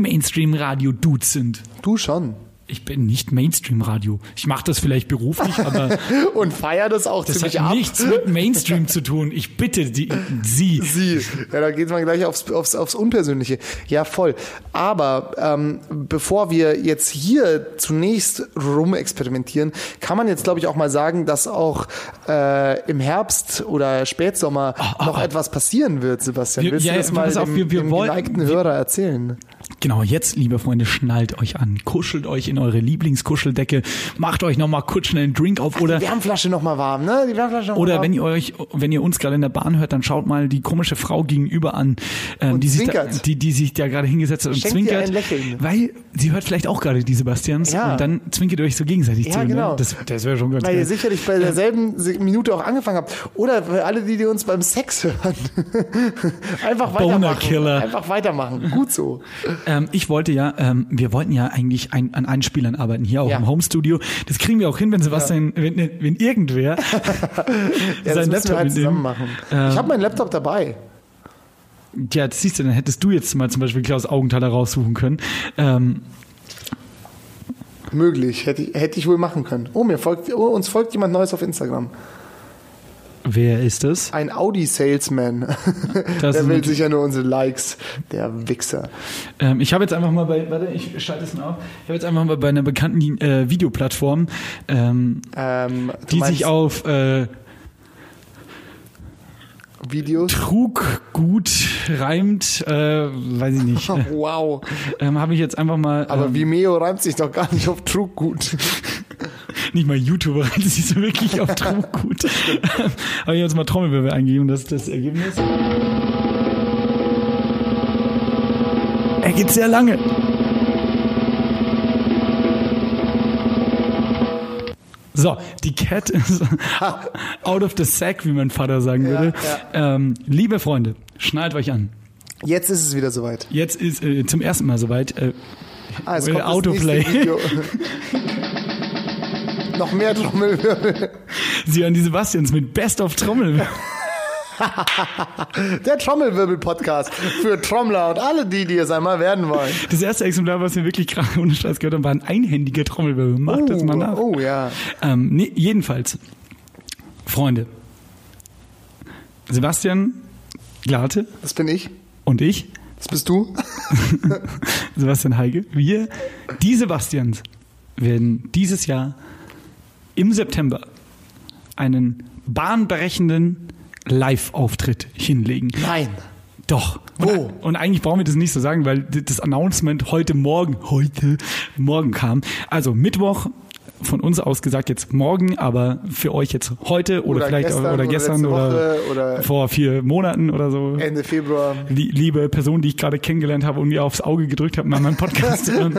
Speaker 4: Mainstream-Radio-Dudes sind.
Speaker 2: Du schon.
Speaker 4: Ich bin nicht Mainstream-Radio. Ich mache das vielleicht beruflich, aber
Speaker 2: Und feier das auch
Speaker 4: das hat
Speaker 2: ziemlich ab.
Speaker 4: nichts mit Mainstream zu tun. Ich bitte die, sie.
Speaker 2: Sie. Ja, da geht's mal gleich aufs, aufs, aufs Unpersönliche. Ja, voll. Aber ähm, bevor wir jetzt hier zunächst rumexperimentieren, kann man jetzt, glaube ich, auch mal sagen, dass auch äh, im Herbst oder Spätsommer noch etwas passieren wird, Sebastian.
Speaker 4: Ah, Wir-
Speaker 2: Willst
Speaker 4: ja,
Speaker 2: du das
Speaker 4: ja,
Speaker 2: mal
Speaker 4: pass auf,
Speaker 2: dem,
Speaker 4: wir- wir
Speaker 2: dem
Speaker 4: wollen-
Speaker 2: geneigten
Speaker 4: wir-
Speaker 2: Hörer erzählen?
Speaker 4: Genau, jetzt, liebe Freunde, schnallt euch an, kuschelt euch in eure Lieblingskuscheldecke, macht euch nochmal kurz schnell einen Drink auf oder,
Speaker 2: Die Wärmflasche noch mal warm, ne? Die Wärmflasche noch mal
Speaker 4: oder
Speaker 2: warm.
Speaker 4: wenn ihr euch, wenn ihr uns gerade in der Bahn hört, dann schaut mal die komische Frau gegenüber an, ähm, die, sich da,
Speaker 2: zwinkert.
Speaker 4: die, die sich da gerade hingesetzt hat und
Speaker 2: Schenkt ihr
Speaker 4: zwinkert,
Speaker 2: ein Lächeln.
Speaker 4: weil sie hört vielleicht auch gerade die Sebastians
Speaker 2: Ja.
Speaker 4: und dann zwinkert ihr euch so gegenseitig
Speaker 2: Ja,
Speaker 4: zu.
Speaker 2: genau.
Speaker 4: Ne? Das, das wäre schon ganz
Speaker 2: Weil ihr
Speaker 4: geil.
Speaker 2: sicherlich bei derselben Se- Minute auch angefangen habt. Oder für alle, die, die uns beim Sex hören. Einfach weitermachen.
Speaker 4: Boner-Killer.
Speaker 2: Einfach weitermachen. Gut so.
Speaker 4: Ähm, ich wollte ja, ähm, wir wollten ja eigentlich ein, an Einspielern arbeiten, hier auch
Speaker 2: Ja.
Speaker 4: im Homestudio. Das kriegen wir auch hin, wenn Sebastian, wenn, wenn
Speaker 2: Ja,
Speaker 4: irgendwer
Speaker 2: das
Speaker 4: seinen
Speaker 2: müssen wir
Speaker 4: Laptop ähm,
Speaker 2: halt
Speaker 4: mitnehmen.
Speaker 2: zusammen machen. ich habe meinen Laptop dabei.
Speaker 4: Ja, das siehst du, dann hättest du jetzt mal zum Beispiel Klaus Augenthaler raussuchen können. Ähm,
Speaker 2: Möglich. Hätte ich, hätte ich wohl machen können. Oh, mir folgt, oh, uns folgt jemand Neues auf Instagram.
Speaker 4: wer ist das?
Speaker 2: Ein Audi-Salesman.
Speaker 4: Das
Speaker 2: Der
Speaker 4: ist
Speaker 2: will
Speaker 4: mit-
Speaker 2: sicher nur unsere Likes. Der Wichser.
Speaker 4: Ähm, ich habe jetzt einfach mal bei, warte, ich schalte es mal auf. Ich habe jetzt einfach mal bei einer bekannten äh, Videoplattform, ähm,
Speaker 2: Ähm, du
Speaker 4: die
Speaker 2: meinst
Speaker 4: sich auf äh,
Speaker 2: Videos.
Speaker 4: Trug gut reimt, äh, weiß ich nicht.
Speaker 2: Wow.
Speaker 4: ähm, habe ich jetzt einfach mal
Speaker 2: Aber
Speaker 4: ähm,
Speaker 2: Vimeo reimt sich doch gar nicht auf Trug gut.
Speaker 4: nicht mal YouTuber, das ist wirklich auf Trug gut. habe ich jetzt mal Trommelwirbel eingegeben, das ist das Ergebnis. Er geht sehr lange. So, die Cat ist out of the sack, wie mein Vater sagen würde. Ähm, liebe Freunde, schnallt euch an.
Speaker 2: Jetzt ist es wieder soweit.
Speaker 4: Jetzt ist äh, zum ersten Mal soweit. Äh,
Speaker 2: Ah, es
Speaker 4: Will
Speaker 2: kommt das
Speaker 4: Autoplay.
Speaker 2: nächste Video. Noch mehr Trommelwirbel.
Speaker 4: Sie hören die Sebastians mit Best of Trommelwirbel.
Speaker 2: Der Trommelwirbel-Podcast für Trommler und alle die, die es einmal werden wollen.
Speaker 4: Das erste Exemplar, was wir wirklich gerade ohne Scheiß gehört haben, war ein einhändiger Trommelwirbel. Macht das mal nach.
Speaker 2: oh ja.
Speaker 4: Ähm, nee, jedenfalls, Freunde, Sebastian Glate
Speaker 2: Das bin ich.
Speaker 4: und ich,
Speaker 2: Das bist du.
Speaker 4: Sebastian Heige, wir, die Sebastians, werden dieses Jahr im September einen bahnbrechenden Live-Auftritt hinlegen.
Speaker 2: Nein.
Speaker 4: Doch.
Speaker 2: Wo?
Speaker 4: Und, und eigentlich brauchen wir das nicht so sagen, weil d- das Announcement heute Morgen, heute Morgen kam. Also Mittwoch, von uns aus gesagt jetzt morgen, aber für euch jetzt heute oder,
Speaker 2: Oder
Speaker 4: vielleicht
Speaker 2: gestern
Speaker 4: oder,
Speaker 2: oder
Speaker 4: oder gestern
Speaker 2: letzte
Speaker 4: oder,
Speaker 2: Woche oder-
Speaker 4: vor vier Monaten oder so.
Speaker 2: Ende Februar.
Speaker 4: Lie- Liebe Person, die ich gerade kennengelernt habe und mir aufs Auge gedrückt habe, mal meinem Podcast. ähm,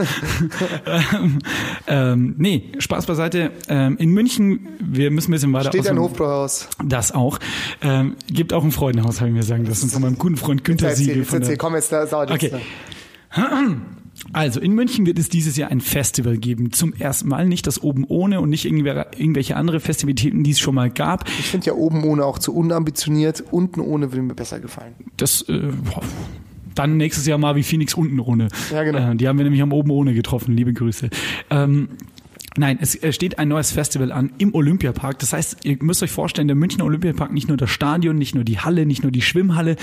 Speaker 4: ähm, ähm, nee, Spaß beiseite. Ähm, in München, wir müssen ein bisschen weiter
Speaker 2: Steht ein
Speaker 4: ausholen.
Speaker 2: Hofbrauhaus.
Speaker 4: Das auch. Ähm, gibt auch ein Freudenhaus, habe ich mir sagen lassen, von meinem guten Freund Günther
Speaker 2: Jetzt
Speaker 4: Siegel.
Speaker 2: erzähl,
Speaker 4: Von
Speaker 2: erzähl.
Speaker 4: der
Speaker 2: Komm, äh. jetzt das dauert jetzt.
Speaker 4: okay. Also, in München wird es dieses Jahr ein Festival geben. Zum ersten Mal. Nicht das Oben ohne und nicht irgendwer- irgendwelche andere Festivitäten, die es schon mal gab.
Speaker 2: Ich finde ja oben ohne auch zu unambitioniert. Unten ohne würde mir besser gefallen.
Speaker 4: Das, äh, boah. dann nächstes Jahr mal wie Phoenix unten ohne.
Speaker 2: Ja, genau.
Speaker 4: Äh, die haben wir nämlich am Oben ohne getroffen. Liebe Grüße. Ähm, Nein, es äh, steht ein neues Festival an im Olympiapark. Das heißt, ihr müsst euch vorstellen, der Münchner Olympiapark, nicht nur das Stadion, nicht nur die Halle, nicht nur die Schwimmhalle,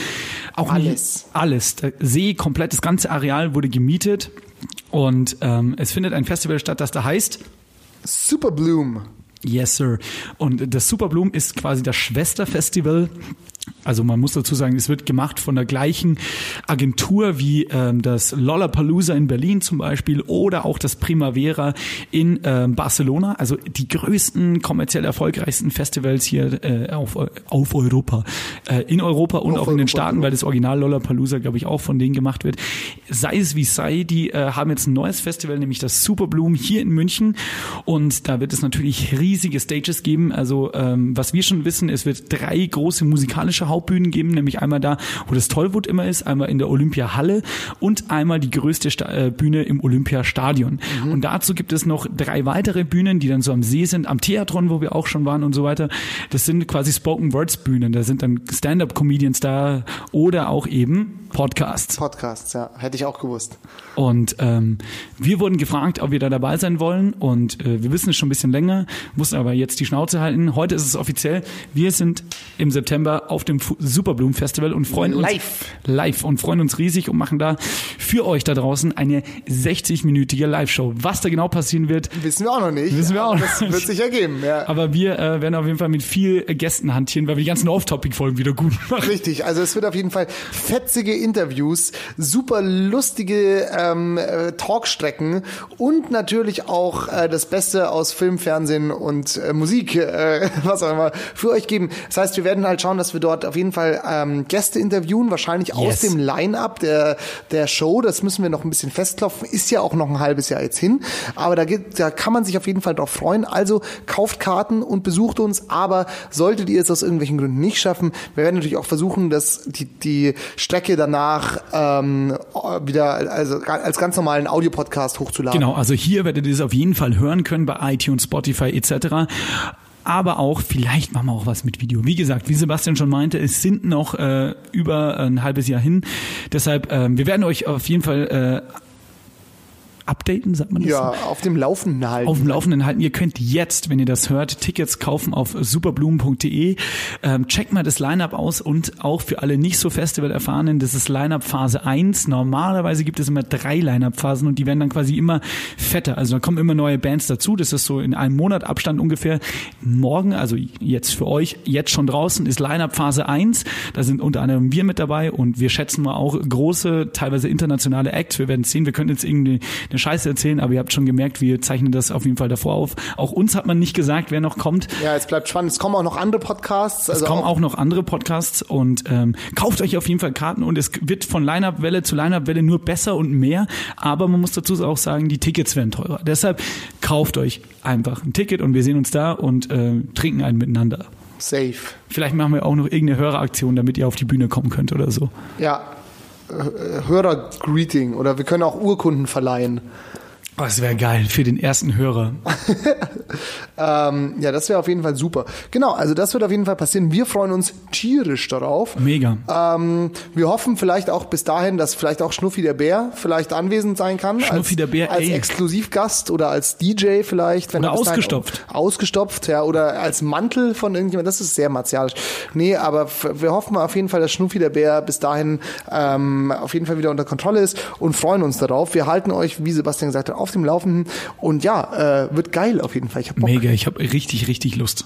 Speaker 4: auch
Speaker 2: Alles.
Speaker 4: Nie, alles. Der See komplett, das ganze Areal wurde gemietet und ähm, es findet ein Festival statt, das da heißt
Speaker 2: Super Bloom.
Speaker 4: Yes, sir. Und das Superbloom ist quasi das Schwesterfestival. Also man muss dazu sagen, es wird gemacht von der gleichen Agentur wie ähm, das Lollapalooza in Berlin zum Beispiel oder auch das Primavera in ähm, Barcelona. Also die größten kommerziell erfolgreichsten Festivals hier äh, auf, auf Europa, äh, in Europa und
Speaker 2: Auf
Speaker 4: auch in den
Speaker 2: Europa,
Speaker 4: Staaten,
Speaker 2: genau.
Speaker 4: weil das Original Lollapalooza, glaube ich, auch von denen gemacht wird. Sei es wie es sei, die äh, haben jetzt ein neues Festival, nämlich das Superbloom hier in München. Und da wird es natürlich riesig riesige Stages geben. Also ähm, was wir schon wissen, es wird drei große musikalische Hauptbühnen geben, nämlich einmal da, wo das Tollwood immer ist, einmal in der Olympiahalle und einmal die größte Sta äh, Bühne im Olympiastadion. Und dazu gibt es noch drei weitere Bühnen, die dann so am See sind, am Theatron, wo wir auch schon waren und so weiter. Das sind quasi Spoken Words Bühnen. Da sind dann Stand-up-Comedians da oder auch eben Podcasts.
Speaker 2: Podcasts, ja. Hätte ich auch gewusst.
Speaker 4: Und ähm, wir wurden gefragt, ob wir da dabei sein wollen. Und äh, wir wissen es schon ein bisschen länger, mussten aber jetzt die Schnauze halten. Heute ist es offiziell. Wir sind im September auf dem Fu- Superblumen Festival und freuen uns
Speaker 2: Live.
Speaker 4: live und freuen uns riesig und machen da für euch da draußen eine 60-minütige Live-Show. Was da genau passieren wird,
Speaker 2: Wissen wir auch noch nicht.
Speaker 4: Wissen wir auch
Speaker 2: aber
Speaker 4: noch
Speaker 2: Das wird
Speaker 4: nicht.
Speaker 2: sich ergeben, ja.
Speaker 4: aber wir äh, werden auf jeden Fall mit viel Gästen hantieren, weil wir die ganzen Off-Topic-Folgen wieder gut machen.
Speaker 2: Richtig, also es wird auf jeden Fall fetzige Interviews, super lustige ähm, äh, Talkstrecken und natürlich auch äh, das Beste aus Film, Fernsehen und äh, Musik, äh, was auch immer, für euch geben. Das heißt, wir werden halt schauen, dass wir dort auf jeden Fall ähm, Gäste interviewen, wahrscheinlich aus
Speaker 4: Yes.
Speaker 2: dem Line-Up der, der Show. Das müssen wir noch ein bisschen festklopfen, ist ja auch noch ein halbes Jahr jetzt hin, aber da, gibt, da kann man sich auf jeden Fall drauf freuen. Also kauft Karten und besucht uns, aber solltet ihr es aus irgendwelchen Gründen nicht schaffen, wir werden natürlich auch versuchen, dass die, die Strecke danach ähm, wieder also ga- als ganz normalen Audiopodcast hochzuladen.
Speaker 4: Genau, also hier werdet ihr es auf jeden Fall hören können bei iTunes, Spotify etc. Aber auch, vielleicht machen wir auch was mit Video. Wie gesagt, wie Sebastian schon meinte, es sind noch äh, über ein halbes Jahr hin. Deshalb, ähm, wir werden euch auf jeden Fall äh, updaten, sagt man das?
Speaker 2: Ja, auf dem Laufenden halten.
Speaker 4: auf dem Laufenden halten. Ihr könnt jetzt, wenn ihr das hört, Tickets kaufen auf superblumen.de. Ähm, checkt mal das Line-Up aus und auch für alle nicht so Festival-Erfahrenen, das ist Line-Up Phase 1. Normalerweise gibt es immer drei Line-Up-Phasen und die werden dann quasi immer fetter. Also da kommen immer neue Bands dazu. Das ist so in einem Monat Abstand ungefähr. Morgen, also jetzt für euch, jetzt schon draußen, ist Line-Up Phase 1. Da sind unter anderem wir mit dabei und wir schätzen mal auch große, teilweise internationale Acts. Wir werden sehen, wir können jetzt irgendeine eine Scheiße erzählen, aber ihr habt schon gemerkt, wir zeichnen das auf jeden Fall davor auf. Auch uns hat man nicht gesagt, wer noch kommt.
Speaker 2: Ja, jetzt bleibt spannend. Es kommen auch noch andere Podcasts.
Speaker 4: Es
Speaker 2: also
Speaker 4: kommen auch noch andere Podcasts und ähm, kauft euch auf jeden Fall Karten und es wird von Line-Up-Welle zu Line-Up-Welle nur besser und mehr, aber man muss dazu auch sagen, die Tickets werden teurer. Deshalb kauft euch einfach ein Ticket und wir sehen uns da und äh, trinken einen miteinander.
Speaker 2: safe.
Speaker 4: Vielleicht machen wir auch noch irgendeine Höreraktion, damit ihr auf die Bühne kommen könnt oder so.
Speaker 2: Ja. H- Hörer-Greeting oder wir können auch Urkunden verleihen.
Speaker 4: Oh, das wäre geil für den ersten Hörer.
Speaker 2: Ähm, ja, das wäre auf jeden Fall super. Genau, also das wird auf jeden Fall passieren. Wir freuen uns tierisch darauf.
Speaker 4: Mega.
Speaker 2: Ähm, wir hoffen vielleicht auch bis dahin, dass vielleicht auch Schnuffi der Bär vielleicht anwesend sein kann.
Speaker 4: Schnuffi
Speaker 2: als,
Speaker 4: der Bär,
Speaker 2: Als
Speaker 4: ey.
Speaker 2: Exklusivgast oder als DJ vielleicht. Wenn
Speaker 4: Oder
Speaker 2: er bis dahin-
Speaker 4: ausgestopft.
Speaker 2: Ausgestopft, ja. Oder als Mantel von irgendjemand. Das ist sehr martialisch. Nee, aber f- wir hoffen auf jeden Fall, dass Schnuffi der Bär bis dahin ähm, auf jeden Fall wieder unter Kontrolle ist und freuen uns darauf. Wir halten euch, wie Sebastian gesagt hat, auf dem Laufenden. Und ja, äh, wird geil auf jeden Fall. Ich hab Bock.
Speaker 4: Mega, ich habe richtig, richtig Lust.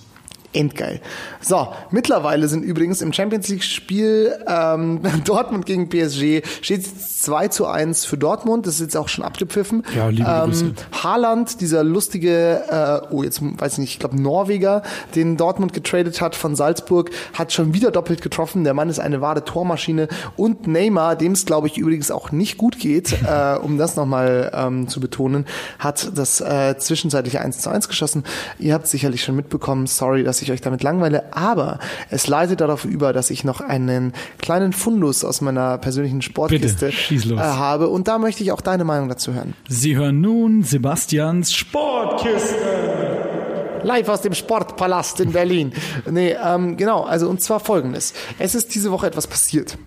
Speaker 2: Endgeil. So, mittlerweile sind übrigens im Champions League-Spiel ähm, Dortmund gegen PSG steht 2 zu 1 für Dortmund. Das ist jetzt auch schon abgepfiffen. Ähm,
Speaker 4: Ja, liebe Grüße.
Speaker 2: Haaland, dieser lustige, äh, oh, jetzt weiß ich nicht, ich glaube Norweger, den Dortmund getradet hat von Salzburg, hat schon wieder doppelt getroffen. Der Mann ist eine wahre Tormaschine. Und Neymar, dem es, glaube ich, übrigens auch nicht gut geht, äh, um das nochmal ähm, zu betonen, hat das äh, zwischenzeitliche 1 zu 1 geschossen. Ihr habt sicherlich schon mitbekommen, sorry, dass ich euch damit langweile, aber es leitet darauf über, dass ich noch einen kleinen Fundus aus meiner persönlichen Sportkiste
Speaker 4: schieß los.
Speaker 2: Äh, habe. Und da möchte ich auch deine Meinung dazu hören.
Speaker 4: Sie hören nun Sebastians Sportkiste.
Speaker 2: Live aus dem Sportpalast in Berlin. Nee, ähm, genau, also und zwar folgendes. Es ist diese Woche etwas passiert.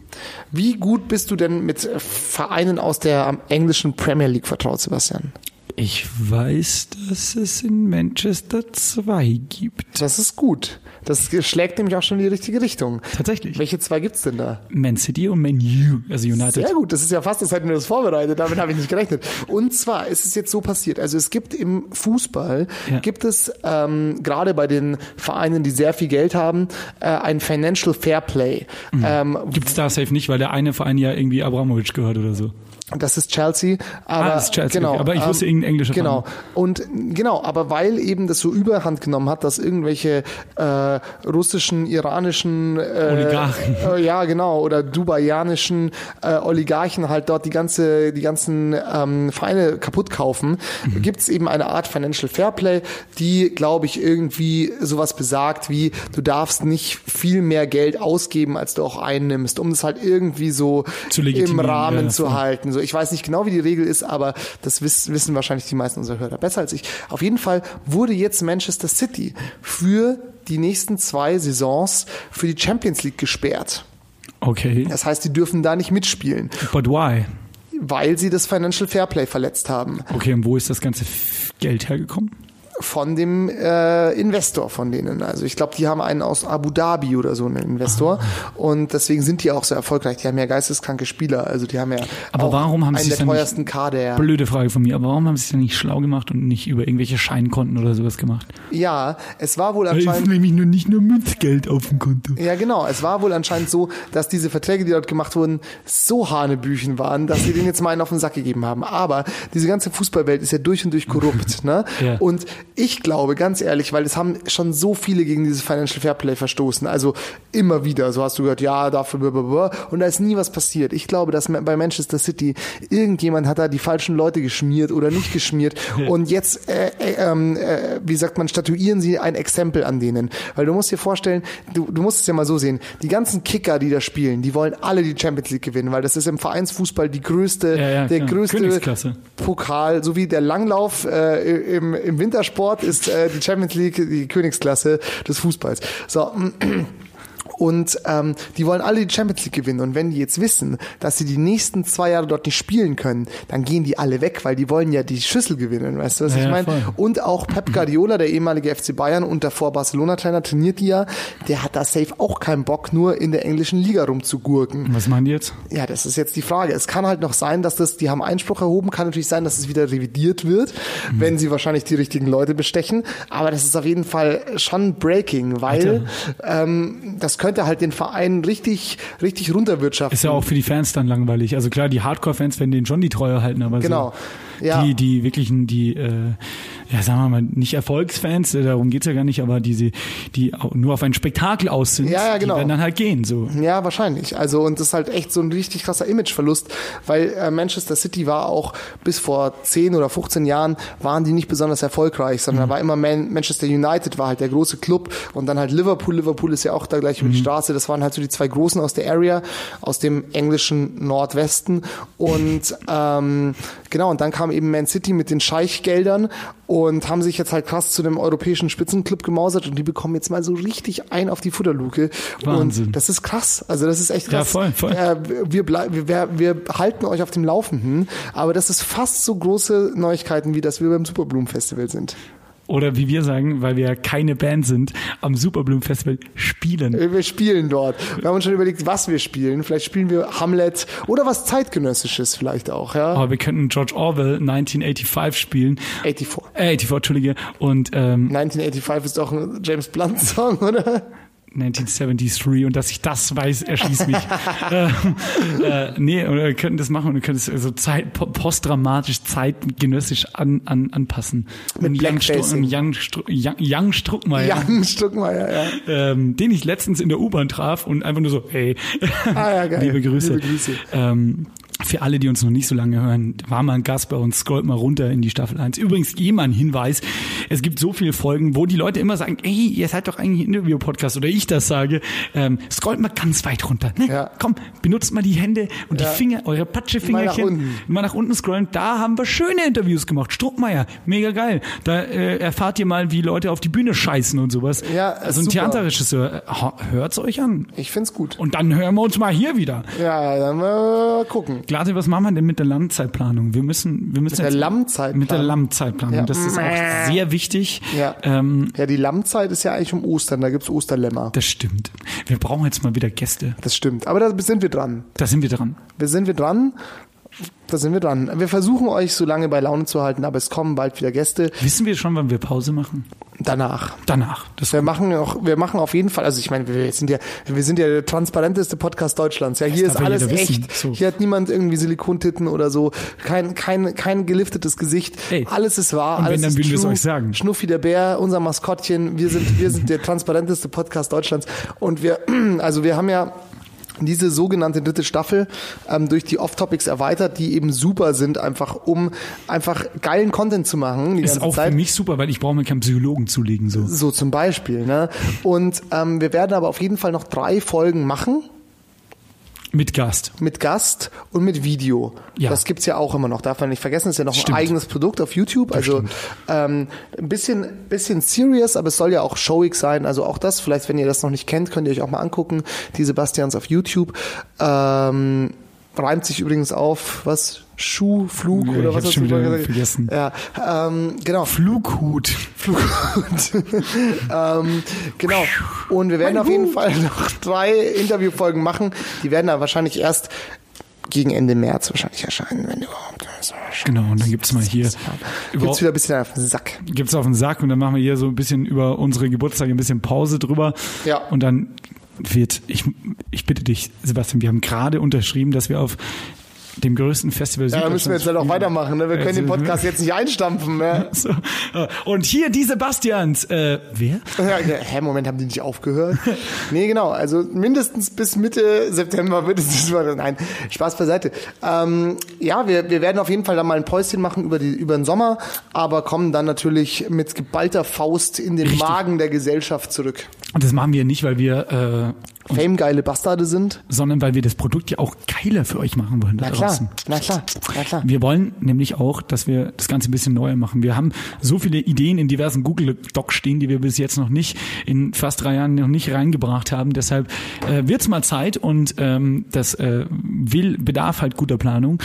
Speaker 2: Wie gut bist du denn mit äh, Vereinen aus der ähm, englischen Premier League vertraut, Sebastian?
Speaker 4: Ich weiß, dass es in Manchester 2 gibt.
Speaker 2: Das ist gut. Das schlägt nämlich auch schon in die richtige Richtung.
Speaker 4: Tatsächlich.
Speaker 2: Welche zwei gibt's denn da?
Speaker 4: Man City und Man U, also United.
Speaker 2: Sehr gut, das ist ja fast, als hätten wir das vorbereitet, damit habe ich nicht gerechnet. Und zwar ist es jetzt so passiert, also es gibt im Fußball,
Speaker 4: Ja.
Speaker 2: gibt es ähm, gerade bei den Vereinen, die sehr viel Geld haben, äh, ein Financial Fair Play. Ähm,
Speaker 4: Mhm. Gibt's da safe nicht, weil der eine Verein ja irgendwie Abramowitsch gehört oder so.
Speaker 2: Das ist Chelsea. Aber,
Speaker 4: Ah, das ist Chelsea,
Speaker 2: Genau,
Speaker 4: okay. Aber ich wusste irgendein englischer
Speaker 2: Genau. Und genau, aber weil eben das so Überhand genommen hat, dass irgendwelche äh, russischen, iranischen äh,
Speaker 4: Oligarchen.
Speaker 2: Äh, ja, genau, oder dubaianischen äh, Oligarchen halt dort die ganze, die ganzen ähm, Vereine kaputt kaufen,
Speaker 4: Mhm.
Speaker 2: gibt es eben eine Art Financial Fairplay, die, glaube ich, irgendwie sowas besagt wie, du darfst nicht viel mehr Geld ausgeben, als du auch einnimmst, um es halt irgendwie so
Speaker 4: Zu
Speaker 2: im
Speaker 4: legitimieren,
Speaker 2: Rahmen
Speaker 4: ja,
Speaker 2: zu
Speaker 4: voll.
Speaker 2: halten. So, ich weiß nicht genau, wie die Regel ist, aber das wiss, wissen wahrscheinlich die meisten unserer Hörer besser als ich. Auf jeden Fall wurde jetzt Manchester City für die nächsten zwei Saisons für die Champions League gesperrt.
Speaker 4: Okay.
Speaker 2: Das heißt, die dürfen da nicht mitspielen,
Speaker 4: But why?
Speaker 2: weil sie das Financial Fairplay verletzt haben.
Speaker 4: Okay, und wo ist das ganze F- Geld hergekommen?
Speaker 2: Von dem äh, Investor von denen. Also ich glaube, die haben einen aus Abu Dhabi oder so einen Investor. Und deswegen sind die auch so erfolgreich. Die haben ja geisteskranke Spieler. Also die haben ja
Speaker 4: Aber
Speaker 2: auch
Speaker 4: warum haben sie
Speaker 2: einen
Speaker 4: es
Speaker 2: der
Speaker 4: dann nicht-
Speaker 2: teuersten Kader.
Speaker 4: Blöde Frage von mir, aber warum haben sie es denn nicht schlau gemacht und nicht über irgendwelche Scheinkonten oder sowas gemacht?
Speaker 2: Ja, es war wohl anscheinend.
Speaker 4: nämlich nur nicht nur Münzgeld auf dem Konto.
Speaker 2: Ja, genau. Es war wohl anscheinend so, dass diese Verträge, die dort gemacht wurden, so Hanebüchen waren, dass sie denen jetzt mal einen auf den Sack gegeben haben. Aber diese ganze Fußballwelt ist ja durch und durch korrupt. Ne?
Speaker 4: Ja.
Speaker 2: Und ich glaube, ganz ehrlich, weil es haben schon so viele gegen dieses Financial Fairplay verstoßen. Also immer wieder. So hast du gehört, ja, dafür, blablabla. und da ist nie was passiert. Ich glaube, dass bei Manchester City irgendjemand hat da die falschen Leute geschmiert oder nicht geschmiert. Und jetzt, äh, äh, ähm, äh, wie sagt man, statuieren sie ein Exempel an denen. Weil du musst dir vorstellen, du, du musst es ja mal so sehen, die ganzen Kicker, die da spielen, die wollen alle die Champions League gewinnen, weil das ist im Vereinsfußball die größte,
Speaker 4: Ja, ja,
Speaker 2: der
Speaker 4: klar.
Speaker 2: größte
Speaker 4: Königsklasse.
Speaker 2: Pokal, sowie der Langlauf äh, im, im Wintersport ist äh, die Champions League die Königsklasse des Fußballs. So, und ähm, die wollen alle die Champions League gewinnen. Und wenn die jetzt wissen, dass sie die nächsten zwei Jahre dort nicht spielen können, dann gehen die alle weg, weil die wollen ja die Schüssel gewinnen, weißt du, was
Speaker 4: Ja,
Speaker 2: ich
Speaker 4: ja,
Speaker 2: meine?
Speaker 4: voll.
Speaker 2: Und auch Pep Guardiola, der ehemalige FC Bayern und davor Barcelona-Trainer, trainiert die ja, der hat da safe auch keinen Bock, nur in der englischen Liga rumzugurken.
Speaker 4: Was machen die jetzt?
Speaker 2: Ja, das ist jetzt die Frage. Es kann halt noch sein, dass das, die haben Einspruch erhoben, kann natürlich sein, dass es wieder revidiert wird, wenn sie wahrscheinlich die richtigen Leute bestechen. Aber das ist auf jeden Fall schon breaking, weil ähm, das könnte halt den Verein richtig, richtig runterwirtschaften.
Speaker 4: Ist ja auch für die Fans dann langweilig. Also klar, die Hardcore-Fans werden denen schon die Treue halten, aber
Speaker 2: Genau.
Speaker 4: so
Speaker 2: Ja.
Speaker 4: die, die wirklichen, die, äh, ja, sagen wir mal, nicht Erfolgsfans, äh, darum geht's ja gar nicht, aber diese, die au- nur auf ein Spektakel aus sind,
Speaker 2: Ja, ja, genau.
Speaker 4: die werden dann halt gehen, so.
Speaker 2: Hm, Ja, wahrscheinlich. Also, und das ist halt echt so ein richtig krasser Imageverlust, weil äh, Manchester City war auch bis vor 10 oder 15 Jahren waren die nicht besonders erfolgreich, sondern da war immer Man Manchester United war halt der große Club und dann halt Liverpool. Liverpool ist ja auch da gleich über die Straße. Das waren halt so die zwei Großen aus der Area, aus dem englischen Nordwesten. Und ähm, genau, und dann kam eben Man City mit den Scheichgeldern und haben sich jetzt halt krass zu dem europäischen Spitzenclub gemausert und die bekommen jetzt mal so richtig ein auf die Futterluke.
Speaker 4: Wahnsinn.
Speaker 2: Und das ist krass. Also das ist echt
Speaker 4: Ja,
Speaker 2: krass.
Speaker 4: voll, voll.
Speaker 2: Äh, wir, blei- wir, wir, wir halten euch auf dem Laufenden, aber das ist fast so große Neuigkeiten, wie dass wir beim Superblumenfestival sind.
Speaker 4: Oder wie wir sagen, weil wir ja keine Band sind, am Superblumen Festival spielen.
Speaker 2: Äh, Wir spielen dort. Wir haben uns schon überlegt, was wir spielen. Vielleicht spielen wir Hamlet oder was zeitgenössisches vielleicht auch. Ja?
Speaker 4: Aber wir könnten George Orwell 1985 spielen.
Speaker 2: 84.
Speaker 4: Äh, 84, Entschuldige. Und ähm,
Speaker 2: 1985 ist doch ein James Blunt Song, oder?
Speaker 4: 1973 und dass ich das weiß, erschießt mich. äh, äh, nee, oder wir könnten das machen und wir könnten es so zeit, po- postdramatisch, zeitgenössisch an, an, anpassen.
Speaker 2: Mit
Speaker 4: Und Young, Stru
Speaker 2: Blackfacing.
Speaker 4: Young, Stru Young, Young Struckmeier,
Speaker 2: Ja, ein Stück mal, ja, ja.
Speaker 4: Ähm, den ich letztens in der U-Bahn traf und einfach nur so, hey,
Speaker 2: Ah, ja, geil.
Speaker 4: liebe Grüße.
Speaker 2: Liebe Grüße.
Speaker 4: Ähm, für alle, die uns noch nicht so lange hören, war mal ein Gast bei uns, scrollt mal runter in die Staffel 1. Übrigens, eh mal ein Hinweis. Es gibt so viele Folgen, wo die Leute immer sagen, ey, ihr seid doch eigentlich ein Interview-Podcast oder ich das sage. Ähm, scrollt mal ganz weit runter. Ne?
Speaker 2: Ja.
Speaker 4: Komm, benutzt mal die Hände und
Speaker 2: Ja.
Speaker 4: die Finger, eure Patschefingerchen.
Speaker 2: Mal nach unten.
Speaker 4: Mal nach unten scrollen. Da haben wir schöne Interviews gemacht. Struckmeier, mega geil. Da äh, erfahrt ihr mal, wie Leute auf die Bühne scheißen und sowas.
Speaker 2: Ja,
Speaker 4: also ein
Speaker 2: super.
Speaker 4: Theaterregisseur, äh, ho- hört's euch an.
Speaker 2: Ich find's gut.
Speaker 4: Und dann hören wir uns mal hier wieder.
Speaker 2: Ja, dann mal gucken.
Speaker 4: Glade, was machen wir denn mit der Landzeitplanung? Wir müssen, wir müssen
Speaker 2: Der
Speaker 4: jetzt
Speaker 2: Lammzeitplan.
Speaker 4: mit der Lammzeitplanung.
Speaker 2: Ja.
Speaker 4: Das ist auch sehr wichtig.
Speaker 2: Ja.
Speaker 4: Ähm,
Speaker 2: ja, die Lammzeit ist ja eigentlich um Ostern, da gibt's Osterlämmer.
Speaker 4: das stimmt. Wir brauchen jetzt mal wieder Gäste.
Speaker 2: Das stimmt. Aber da sind wir dran.
Speaker 4: Da sind wir dran.
Speaker 2: Da sind wir dran. Da sind wir dran. Wir versuchen euch so lange bei Laune zu halten, aber es kommen bald wieder Gäste.
Speaker 4: Wissen wir schon, wann wir Pause machen?
Speaker 2: Danach.
Speaker 4: Danach. Das
Speaker 2: Wir machen auch, wir machen auf jeden Fall, also ich meine, wir sind ja, wir sind ja der transparenteste Podcast Deutschlands. Ja, hier
Speaker 4: darf
Speaker 2: ist
Speaker 4: ja
Speaker 2: alles
Speaker 4: jeder wissen.
Speaker 2: echt.
Speaker 4: So.
Speaker 2: Hier hat niemand irgendwie Silikontitten oder so. Kein, kein, kein geliftetes Gesicht.
Speaker 4: Ey.
Speaker 2: Alles ist wahr.
Speaker 4: Und wenn,
Speaker 2: alles
Speaker 4: dann
Speaker 2: ist
Speaker 4: würden wir es
Speaker 2: true.
Speaker 4: euch sagen.
Speaker 2: Schnuffi der Bär, unser Maskottchen. Wir sind, wir sind der transparenteste Podcast Deutschlands. Und wir, also wir haben ja, diese sogenannte dritte Staffel ähm, durch die Off-Topics erweitert, die eben super sind, einfach um einfach geilen Content zu machen. Die
Speaker 4: ist
Speaker 2: ganze
Speaker 4: auch
Speaker 2: Zeit.
Speaker 4: für mich super, weil ich brauche mir keinen Psychologen zulegen. So.
Speaker 2: So zum Beispiel, ne? Und ähm, wir werden aber auf jeden Fall noch drei Folgen machen
Speaker 4: Mit Gast.
Speaker 2: mit Gast und mit Video.
Speaker 4: Ja.
Speaker 2: Das gibt's ja auch immer noch, darf man nicht vergessen. Ist ja noch ein
Speaker 4: Stimmt.
Speaker 2: eigenes Produkt auf YouTube. Also ähm, ein bisschen, bisschen serious, aber es soll ja auch showig sein. Also auch das, vielleicht, wenn ihr das noch nicht kennt, könnt ihr euch auch mal angucken. Die Sebastians auf YouTube. Ähm, reimt sich übrigens auf, was? Schuh, Flug
Speaker 4: Ja,
Speaker 2: oder
Speaker 4: ich
Speaker 2: was
Speaker 4: hab's
Speaker 2: hast du
Speaker 4: schon wieder
Speaker 2: vorher gesagt?
Speaker 4: vergessen.
Speaker 2: Ja, ähm, genau.
Speaker 4: Flughut.
Speaker 2: Flughut. ähm, genau. Und wir werden auf jeden Fall noch drei Interviewfolgen machen. Die werden dann wahrscheinlich erst gegen Ende März wahrscheinlich erscheinen, wenn überhaupt. Also,
Speaker 4: Genau, und dann gibt's mal hier.
Speaker 2: Gibt's
Speaker 4: Überhaupt-
Speaker 2: wieder ein bisschen auf den Sack.
Speaker 4: gibt's auf den Sack und dann machen wir hier so ein bisschen über unsere Geburtstage ein bisschen Pause drüber.
Speaker 2: Ja.
Speaker 4: Und dann wird, ich, ich bitte dich, Sebastian, wir haben gerade unterschrieben, dass wir auf dem größten Festival
Speaker 2: Ja, da müssen wir jetzt halt auch weitermachen. Ne? Wir können
Speaker 4: Also,
Speaker 2: den Podcast jetzt nicht einstampfen. Ne?
Speaker 4: So. Und hier die Sebastians. Äh, wer?
Speaker 2: Ja, Hä, Moment, haben die nicht aufgehört? Nee, genau. Also mindestens bis Mitte September wird es diesmal. Nein, Spaß beiseite. Ähm, ja, wir, wir werden auf jeden Fall dann mal ein Päuschen machen über, die, über den Sommer, aber kommen dann natürlich mit geballter Faust in den Magen der Gesellschaft zurück.
Speaker 4: Und das machen wir nicht, weil wir, äh, uns-
Speaker 2: Famegeile Bastarde sind.
Speaker 4: sondern weil wir das Produkt ja auch geiler für euch machen wollen.
Speaker 2: Na
Speaker 4: da
Speaker 2: klar,
Speaker 4: draußen.
Speaker 2: na klar, na klar.
Speaker 4: Wir wollen nämlich auch, dass wir das Ganze ein bisschen neu machen. Wir haben so viele Ideen in diversen Google Docs stehen, die wir bis jetzt noch nicht in fast drei Jahren noch nicht reingebracht haben. Deshalb äh, wird's mal Zeit und ähm, das äh, will bedarf halt guter Planung.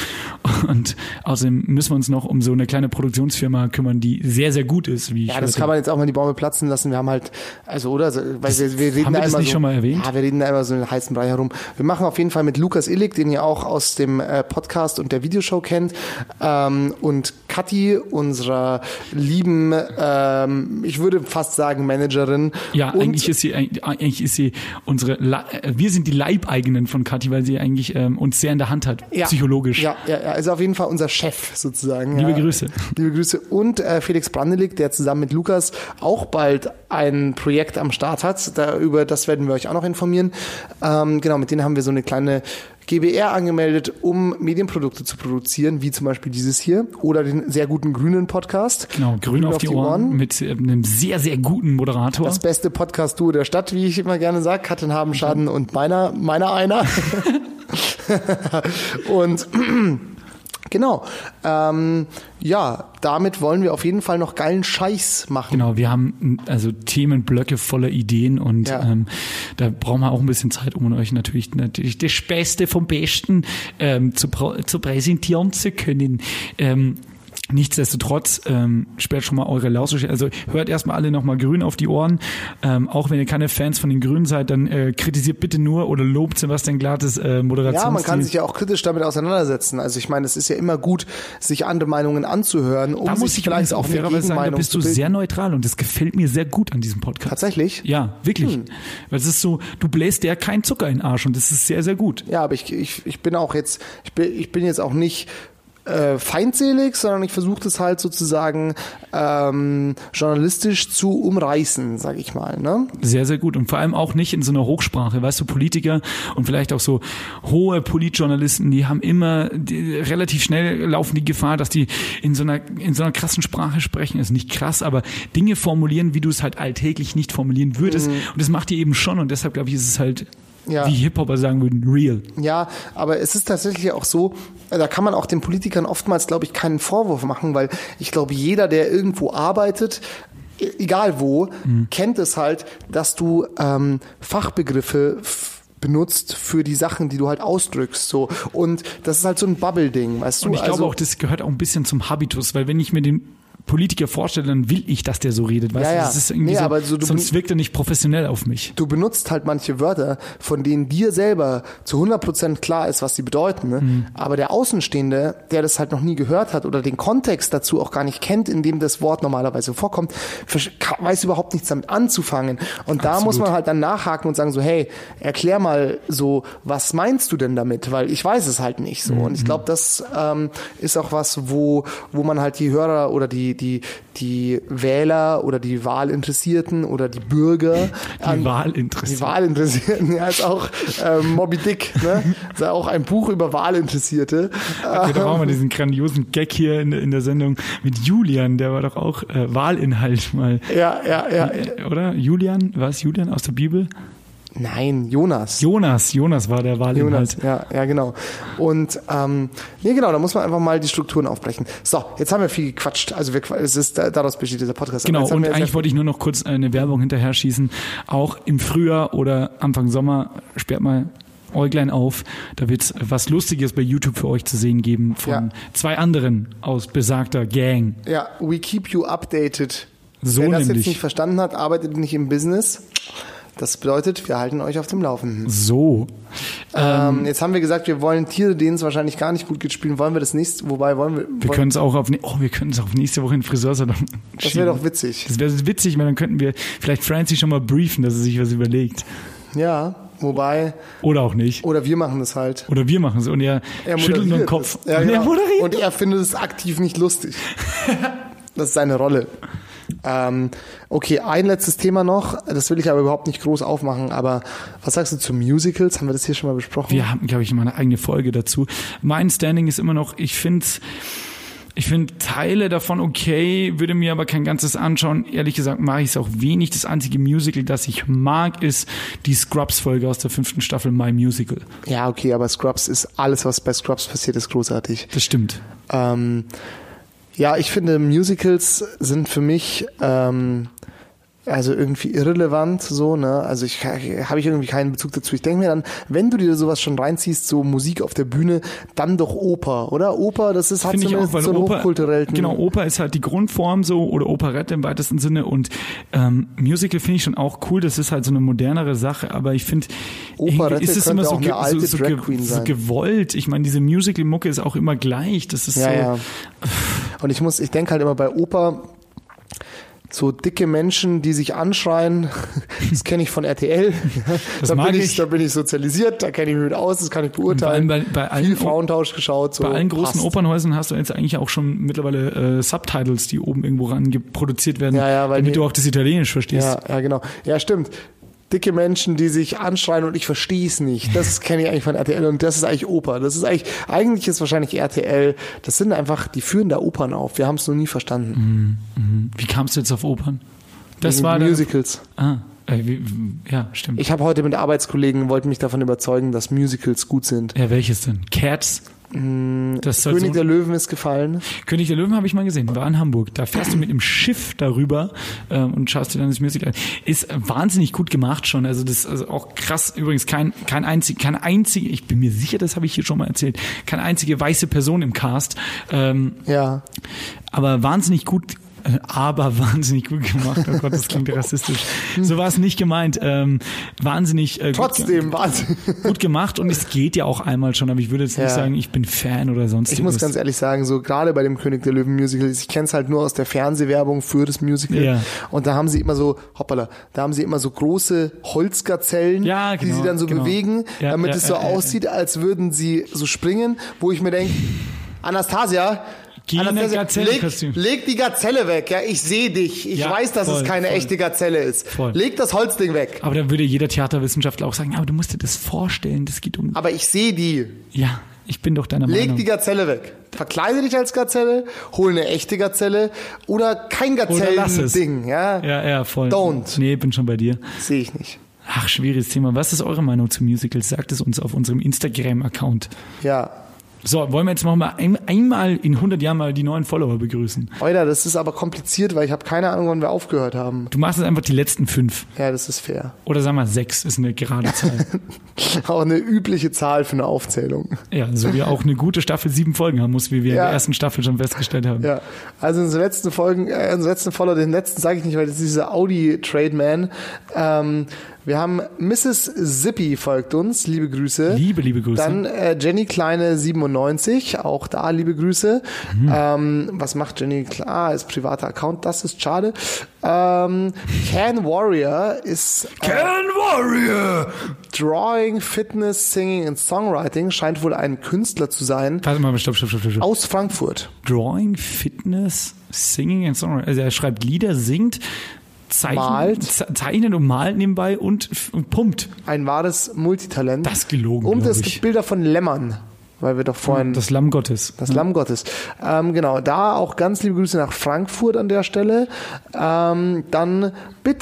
Speaker 4: Und außerdem müssen wir uns noch um so eine kleine Produktionsfirma kümmern, die sehr sehr gut ist. Wie ich
Speaker 2: Ja, das
Speaker 4: hörte.
Speaker 2: kann man jetzt auch mal die Bäume platzen lassen. Wir haben halt, also oder, so, weil wir, wir reden
Speaker 4: haben wir
Speaker 2: da
Speaker 4: das
Speaker 2: immer
Speaker 4: nicht
Speaker 2: so,
Speaker 4: schon mal erwähnt?
Speaker 2: Ja, wir reden da immer so in den heißen Brei herum. Wir machen auf jeden Fall mit Lukas Illig, den ihr auch aus dem äh, Podcast und der Videoshow kennt, ähm, und Kathi, unserer lieben, ähm, ich würde fast sagen Managerin.
Speaker 4: Ja,
Speaker 2: und
Speaker 4: eigentlich ist sie eigentlich eigentlich ist sie unsere Le- äh, wir sind die Leibeigenen von Kathi, weil sie eigentlich ähm, uns sehr in der Hand hat
Speaker 2: Ja.
Speaker 4: psychologisch.
Speaker 2: Ja, ja, ja, also auf jeden Fall unser Chef sozusagen.
Speaker 4: Liebe
Speaker 2: ja.
Speaker 4: Grüße.
Speaker 2: Liebe Grüße. Und äh, Felix Brandelig, der zusammen mit Lukas auch bald ein Projekt am Start hat. Da, über das werden wir euch auch noch informieren. Ähm, genau, mit denen haben wir so eine kleine GBR angemeldet, um Medienprodukte zu produzieren, wie zum Beispiel dieses hier oder den sehr guten grünen Podcast.
Speaker 4: Genau, grün, auf, die, Ohren, mit äh, einem sehr, sehr guten Moderator.
Speaker 2: Das beste Podcast-Duo der Stadt, wie ich immer gerne sage. Katten
Speaker 4: Mhm.
Speaker 2: haben Schaden und meiner, meiner einer. und genau. Ähm, ja, damit wollen wir auf jeden Fall noch geilen Scheiß machen.
Speaker 4: Genau, wir haben mm, also Themenblöcke voller Ideen und
Speaker 2: Ja.
Speaker 4: ähm, da brauchen wir auch ein bisschen Zeit, um euch natürlich natürlich das Beste vom Besten ähm, zu, pro- zu präsentieren zu können. Ähm, Nichtsdestotrotz, ähm, sperrt schon mal eure Lausche. Also hört erstmal alle nochmal grün auf die Ohren. Ähm, auch wenn ihr keine Fans von den Grünen seid, dann äh, kritisiert bitte nur oder lobt Sebastian Glattes äh, Moderationsstil.
Speaker 2: Ja, man kann sich ja auch kritisch damit auseinandersetzen. Also ich meine, es ist ja immer gut, sich andere Meinungen anzuhören, um
Speaker 4: da muss
Speaker 2: sich
Speaker 4: Also ich
Speaker 2: vielleicht
Speaker 4: übrigens
Speaker 2: auch
Speaker 4: auch
Speaker 2: eine
Speaker 4: fairerweise sagen, da
Speaker 2: Gegenmeinung
Speaker 4: bist
Speaker 2: zu
Speaker 4: du
Speaker 2: bilden.
Speaker 4: sehr neutral und das gefällt mir sehr gut an diesem Podcast.
Speaker 2: Tatsächlich?
Speaker 4: Ja, wirklich.
Speaker 2: Hm.
Speaker 4: Weil es ist so, du bläst dir keinen Zucker in den Arsch und das ist sehr, sehr gut.
Speaker 2: Ja, aber ich, ich, ich bin auch jetzt, ich bin, ich bin jetzt auch nicht äh, feindselig, sondern ich versuche das halt sozusagen ähm, journalistisch zu umreißen, sag ich mal. Ne?
Speaker 4: Sehr, sehr gut. Und vor allem auch nicht in so einer Hochsprache. Weißt du, Politiker und vielleicht auch so hohe Politjournalisten, die haben immer die, relativ schnell laufen die Gefahr, dass die in so einer, in so einer krassen Sprache sprechen. Ist nicht krass, aber Dinge formulieren, wie du es halt alltäglich nicht formulieren würdest. Und das macht die eben schon und deshalb glaube ich, ist es halt,
Speaker 2: Hm. Ja.
Speaker 4: wie Hip-Hopper sagen würden, real.
Speaker 2: Ja, aber es ist tatsächlich auch so, äh, da kann man auch den Politikern oftmals, glaube ich, keinen Vorwurf machen, weil ich glaube, jeder, der irgendwo arbeitet, e- egal wo,
Speaker 4: Mhm.
Speaker 2: kennt es halt, dass du ähm, Fachbegriffe f- benutzt für die Sachen, die du halt ausdrückst. So. Und das ist halt so ein Bubble-Ding, weißt du?
Speaker 4: Und ich glaube
Speaker 2: Also-
Speaker 4: auch, das gehört auch ein bisschen zum Habitus, weil wenn ich mir den Politiker vorstelle, dann will ich, dass der so redet. Weißt
Speaker 2: Ja,
Speaker 4: du,
Speaker 2: ja.
Speaker 4: das ist irgendwie
Speaker 2: Nee,
Speaker 4: so,
Speaker 2: aber so du-
Speaker 4: sonst wirkt er nicht professionell auf mich.
Speaker 2: du benutzt halt manche Wörter, von denen dir selber zu 100% klar ist, was sie bedeuten. Ne? Aber der Außenstehende, der das halt noch nie gehört hat oder den Kontext dazu auch gar nicht kennt, in dem das Wort normalerweise vorkommt, versch- ka- weiß überhaupt nichts damit anzufangen. Und da muss man halt dann nachhaken und sagen so, hey, erklär mal so, was meinst du denn damit? Weil ich weiß es halt nicht so. Und ich glaube, das ähm, ist auch was, wo, wo man halt die Hörer oder die, die, die Wähler oder die Wahlinteressierten oder die Bürger
Speaker 4: Die Wahl interessiert.
Speaker 2: die Wahlinteressierten, ja, ist auch ähm, Moby Dick, ne? Ist ja auch ein Buch über Wahlinteressierte. Äh,
Speaker 4: Wir haben auch mal diesen grandiosen Gag hier in, in der Sendung mit Julian, der war doch auch äh, Wahlinhalt mal.
Speaker 2: Ja, ja, ja.
Speaker 4: Äh, Oder? Julian? War es Julian aus der Bibel?
Speaker 2: Nein, Jonas.
Speaker 4: Jonas, Jonas war der
Speaker 2: Jonas,
Speaker 4: Wahlinhalt.
Speaker 2: ja, ja, genau. Und ähm, nee, genau, da muss man einfach mal die Strukturen aufbrechen. So, jetzt haben wir viel gequatscht. Also wir, qua- es ist daraus besteht dieser Podcast. Aber
Speaker 4: Genau,
Speaker 2: jetzt haben
Speaker 4: und
Speaker 2: wir jetzt
Speaker 4: eigentlich wollte ich nur noch kurz eine Werbung hinterher schießen. Auch im Frühjahr oder Anfang Sommer sperrt mal Äuglein auf. Da wird es was Lustiges bei YouTube für euch zu sehen geben von
Speaker 2: Ja.
Speaker 4: zwei anderen aus besagter Gang.
Speaker 2: Ja, we keep you updated.
Speaker 4: So
Speaker 2: Wer das
Speaker 4: nämlich.
Speaker 2: jetzt nicht verstanden hat, arbeitet nicht im Business. Das bedeutet, wir halten euch auf dem Laufenden.
Speaker 4: So.
Speaker 2: Ähm, jetzt haben wir gesagt, wir wollen Tiere, denen es wahrscheinlich gar nicht gut geht, spielen. Wollen wir das nächste? Wobei wollen wir?
Speaker 4: Wir
Speaker 2: wollen-
Speaker 4: können es auch auf, ne- oh, wir können es auf nächste Woche in den Friseursalon
Speaker 2: Das wäre
Speaker 4: schieben.
Speaker 2: doch witzig.
Speaker 4: Das wäre witzig, weil dann könnten wir vielleicht Francie schon mal briefen, dass sie sich was überlegt.
Speaker 2: Ja, wobei,
Speaker 4: Oder auch nicht.
Speaker 2: oder wir machen das halt.
Speaker 4: Oder wir machen es und er,
Speaker 2: Er
Speaker 4: schüttelt nur den
Speaker 2: moderiert
Speaker 4: Kopf.
Speaker 2: es. Ja,
Speaker 4: Und
Speaker 2: genau.
Speaker 4: er moderiert.
Speaker 2: Und er findet es aktiv nicht lustig. Das ist seine Rolle. Ähm, okay, ein letztes Thema noch. Das will ich aber überhaupt nicht groß aufmachen. Aber was sagst du zu Musicals? Haben wir das hier schon mal besprochen?
Speaker 4: Wir haben, glaube ich, immer eine eigene Folge dazu. Mein Standing ist immer noch, ich finde ich finde Teile davon okay, würde mir aber kein ganzes anschauen. Ehrlich gesagt mache ich es auch wenig. Das einzige Musical, das ich mag, ist die Scrubs-Folge aus der fünften Staffel My Musical.
Speaker 2: Ja, okay, aber Scrubs ist alles, was bei Scrubs passiert, ist großartig.
Speaker 4: Das stimmt.
Speaker 2: Ähm, ja, ich finde, Musicals sind für mich ähm, also irgendwie irrelevant, so, ne? Also ich habe ich irgendwie keinen Bezug dazu. Ich denke mir dann, wenn du dir sowas schon reinziehst, so Musik auf der Bühne, dann doch Oper, oder? Oper, das ist hat
Speaker 4: Finde ich auch,
Speaker 2: zumindest
Speaker 4: weil
Speaker 2: so einen
Speaker 4: Oper,
Speaker 2: hochkulturellen.
Speaker 4: genau, Oper ist halt die Grundform so oder Operette im weitesten Sinne und ähm, Musical finde ich schon auch cool, das ist halt so eine modernere Sache, aber ich finde,
Speaker 2: Operette
Speaker 4: irgendwie ist es
Speaker 2: könnte
Speaker 4: immer so,
Speaker 2: auch
Speaker 4: ge-
Speaker 2: eine alte
Speaker 4: so, so,
Speaker 2: Drag
Speaker 4: ge-
Speaker 2: Queen
Speaker 4: so
Speaker 2: sein.
Speaker 4: gewollt. Ich meine, diese Musical-Mucke ist auch immer gleich, das ist
Speaker 2: Ja,
Speaker 4: so,
Speaker 2: ja. Und ich muss, ich denke halt immer bei Oper, so dicke Menschen, die sich anschreien, das kenne ich von RTL.
Speaker 4: Das
Speaker 2: da,
Speaker 4: mag
Speaker 2: bin ich,
Speaker 4: ich.
Speaker 2: da bin ich sozialisiert, da kenne ich mich mit aus, das kann ich beurteilen.
Speaker 4: Vor allem bei- bei allen
Speaker 2: Viel
Speaker 4: O-
Speaker 2: Frauentausch geschaut. So
Speaker 4: Bei allen großen
Speaker 2: passt.
Speaker 4: Opernhäusern hast du jetzt eigentlich auch schon mittlerweile äh, Subtitles, die oben irgendwo ran produziert werden,
Speaker 2: Ja, ja, weil
Speaker 4: damit
Speaker 2: die-
Speaker 4: du auch das Italienisch verstehst.
Speaker 2: Ja, ja, genau. Ja, stimmt. Dicke Menschen, die sich anschreien und ich verstehe es nicht. Das kenne ich eigentlich von RTL und das ist eigentlich Oper. Das ist eigentlich, eigentlich ist wahrscheinlich RTL, das sind einfach, die führen da Opern auf. Wir haben es noch nie verstanden.
Speaker 4: Wie kamst du jetzt auf Opern? Mhm. Das
Speaker 2: Wegen
Speaker 4: war der-
Speaker 2: Musicals.
Speaker 4: Ah, äh, wie, ja, stimmt.
Speaker 2: Ich habe heute mit Arbeitskollegen, wollten mich davon überzeugen, dass Musicals gut sind.
Speaker 4: Ja, welches denn? Cats? Das soll
Speaker 2: Mm, König
Speaker 4: so,
Speaker 2: der Löwen ist gefallen.
Speaker 4: König der Löwen habe ich mal gesehen, war in Hamburg. Da fährst du mit dem Schiff darüber ähm, und schaust dir dann das Musical an. Ist wahnsinnig gut gemacht schon. Also das ist also auch krass. Übrigens kein kein einzig kein einzige. Ich bin mir sicher, das habe ich hier schon mal erzählt. Keine einzige weiße Person im Cast. Ähm,
Speaker 2: Ja.
Speaker 4: aber wahnsinnig gut, äh, aber wahnsinnig gut gemacht. Oh Gott, das klingt rassistisch. So war es nicht gemeint. Ähm, wahnsinnig äh,
Speaker 2: Trotzdem, Wahnsinn.
Speaker 4: Gut, gut gemacht und es geht ja auch einmal schon, aber ich würde jetzt nicht
Speaker 2: Ja.
Speaker 4: sagen, ich bin Fan oder sonst
Speaker 2: Ich muss ganz ehrlich sagen, so gerade bei dem König der Löwen Musical, ich kenne es halt nur aus der Fernsehwerbung für das Musical.
Speaker 4: Ja.
Speaker 2: Und da haben sie immer so, hoppala, da haben sie immer so große Holzgazellen,
Speaker 4: Ja,
Speaker 2: die
Speaker 4: genau,
Speaker 2: sie dann so
Speaker 4: genau.
Speaker 2: bewegen,
Speaker 4: Ja,
Speaker 2: damit
Speaker 4: ja,
Speaker 2: es so
Speaker 4: ja, ja, ja.
Speaker 2: aussieht, als würden sie so springen, wo ich mir denke, Anastasia,
Speaker 4: Geh in ein Gazellenkostüm.
Speaker 2: leg, leg die Gazelle weg, ja, ich sehe dich. Ich
Speaker 4: Ja,
Speaker 2: weiß, dass
Speaker 4: voll,
Speaker 2: es keine
Speaker 4: voll.
Speaker 2: echte Gazelle ist.
Speaker 4: Voll.
Speaker 2: Leg das Holzding weg.
Speaker 4: Aber dann würde jeder Theaterwissenschaftler auch sagen, aber du musst dir das vorstellen, das geht um.
Speaker 2: Aber ich sehe die.
Speaker 4: Ja, ich bin doch deiner
Speaker 2: Leg
Speaker 4: Meinung.
Speaker 2: die Gazelle weg. Verkleide dich als Gazelle, hol eine echte Gazelle oder kein
Speaker 4: lass es.
Speaker 2: Gazellen-Ding. Ja,
Speaker 4: ja, ja, voll.
Speaker 2: Don't.
Speaker 4: Nee, bin schon bei dir.
Speaker 2: sehe ich nicht.
Speaker 4: Ach, schwieriges Thema. Was ist eure Meinung zu Musicals? Sagt es uns auf unserem Instagram-Account.
Speaker 2: Ja.
Speaker 4: So, wollen wir jetzt noch mal ein, einmal in 100 Jahren mal die neuen Follower begrüßen.
Speaker 2: Oida, das ist aber kompliziert, weil ich habe keine Ahnung, wann wir aufgehört haben.
Speaker 4: Du machst jetzt einfach die letzten fünf.
Speaker 2: Ja, das ist fair.
Speaker 4: Oder sagen wir sechs ist eine gerade Zahl.
Speaker 2: Auch eine übliche Zahl für eine Aufzählung.
Speaker 4: ja, so wie auch eine gute Staffel sieben Folgen haben muss, wie wir in
Speaker 2: Ja.
Speaker 4: der ersten Staffel schon festgestellt haben.
Speaker 2: Ja, also unsere letzten Folgen, äh, unsere letzten Follower, den letzten sage ich nicht, weil das ist dieser Audi-Trademan. Ähm, wir haben Mrs. Zippy folgt uns, liebe Grüße.
Speaker 4: Liebe, liebe Grüße.
Speaker 2: Dann äh, Jenny Kleine 97, auch da liebe Grüße.
Speaker 4: Mhm.
Speaker 2: Ähm, was macht Jenny? Klar, ist privater Account, das ist schade. Ähm, Can Warrior ist äh,
Speaker 4: Can Warrior!
Speaker 2: Drawing, Fitness, Singing and Songwriting, scheint wohl ein Künstler zu sein,
Speaker 4: Warte mal, stopp, stopp, stopp, stopp. stopp.
Speaker 2: aus Frankfurt.
Speaker 4: Drawing, Fitness, Singing and Songwriting. Also er schreibt Lieder, singt, zeichnet,
Speaker 2: Malt.
Speaker 4: ze- zeichnet und malt nebenbei und, f- und pumpt.
Speaker 2: Ein wahres Multitalent.
Speaker 4: Das ist gelogen,
Speaker 2: Und
Speaker 4: glaub
Speaker 2: es
Speaker 4: ich.
Speaker 2: gibt Bilder von Lämmern, weil wir doch vorhin das,
Speaker 4: Das Lamm Gottes.
Speaker 2: Lamm Gottes. Ähm, genau, da auch ganz liebe Grüße nach Frankfurt an der Stelle. Ähm, dann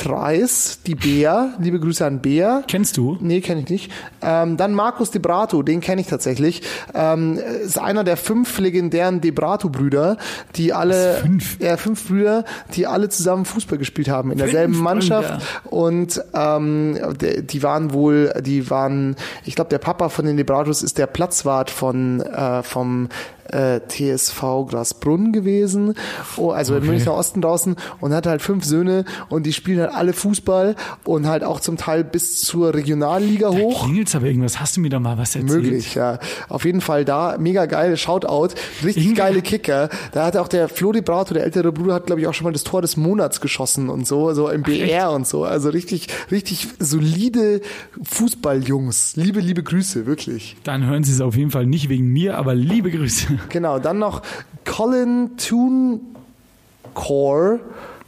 Speaker 2: Bitreis, die Bea, liebe Grüße an Bea.
Speaker 4: Kennst du?
Speaker 2: Nee, kenne ich nicht. Ähm, dann Markus Debrato, den kenne ich tatsächlich. Ähm, ist einer der fünf legendären Debrato-Brüder, die alle
Speaker 4: fünf?
Speaker 2: Ja, fünf Brüder, die alle zusammen Fußball gespielt haben in derselben Mannschaft. Und ähm, de- die waren wohl, die waren, ich glaube, der Papa von den Debratos ist der Platzwart von äh, vom äh, TSV Grasbrunn gewesen, oh, also im Münchner Osten draußen und hat halt fünf Söhne und die spielen halt alle Fußball und halt auch zum Teil bis zur Regionalliga hoch.
Speaker 4: Klingelt's aber irgendwas? Hast du mir da mal was erzählt?
Speaker 2: Möglich, ja. Auf jeden Fall da, mega geil, Shoutout, richtig
Speaker 4: Inga-
Speaker 2: geile Kicker. Da hat auch der Flo de Brato, der ältere Bruder, hat glaube ich auch schon mal das Tor des Monats geschossen und so, so im BR und so. Also richtig, richtig solide Fußballjungs. Liebe, liebe Grüße, wirklich.
Speaker 4: Dann hören Sie es auf jeden Fall nicht wegen mir, aber liebe Grüße.
Speaker 2: Genau, dann noch Colin Tunecore,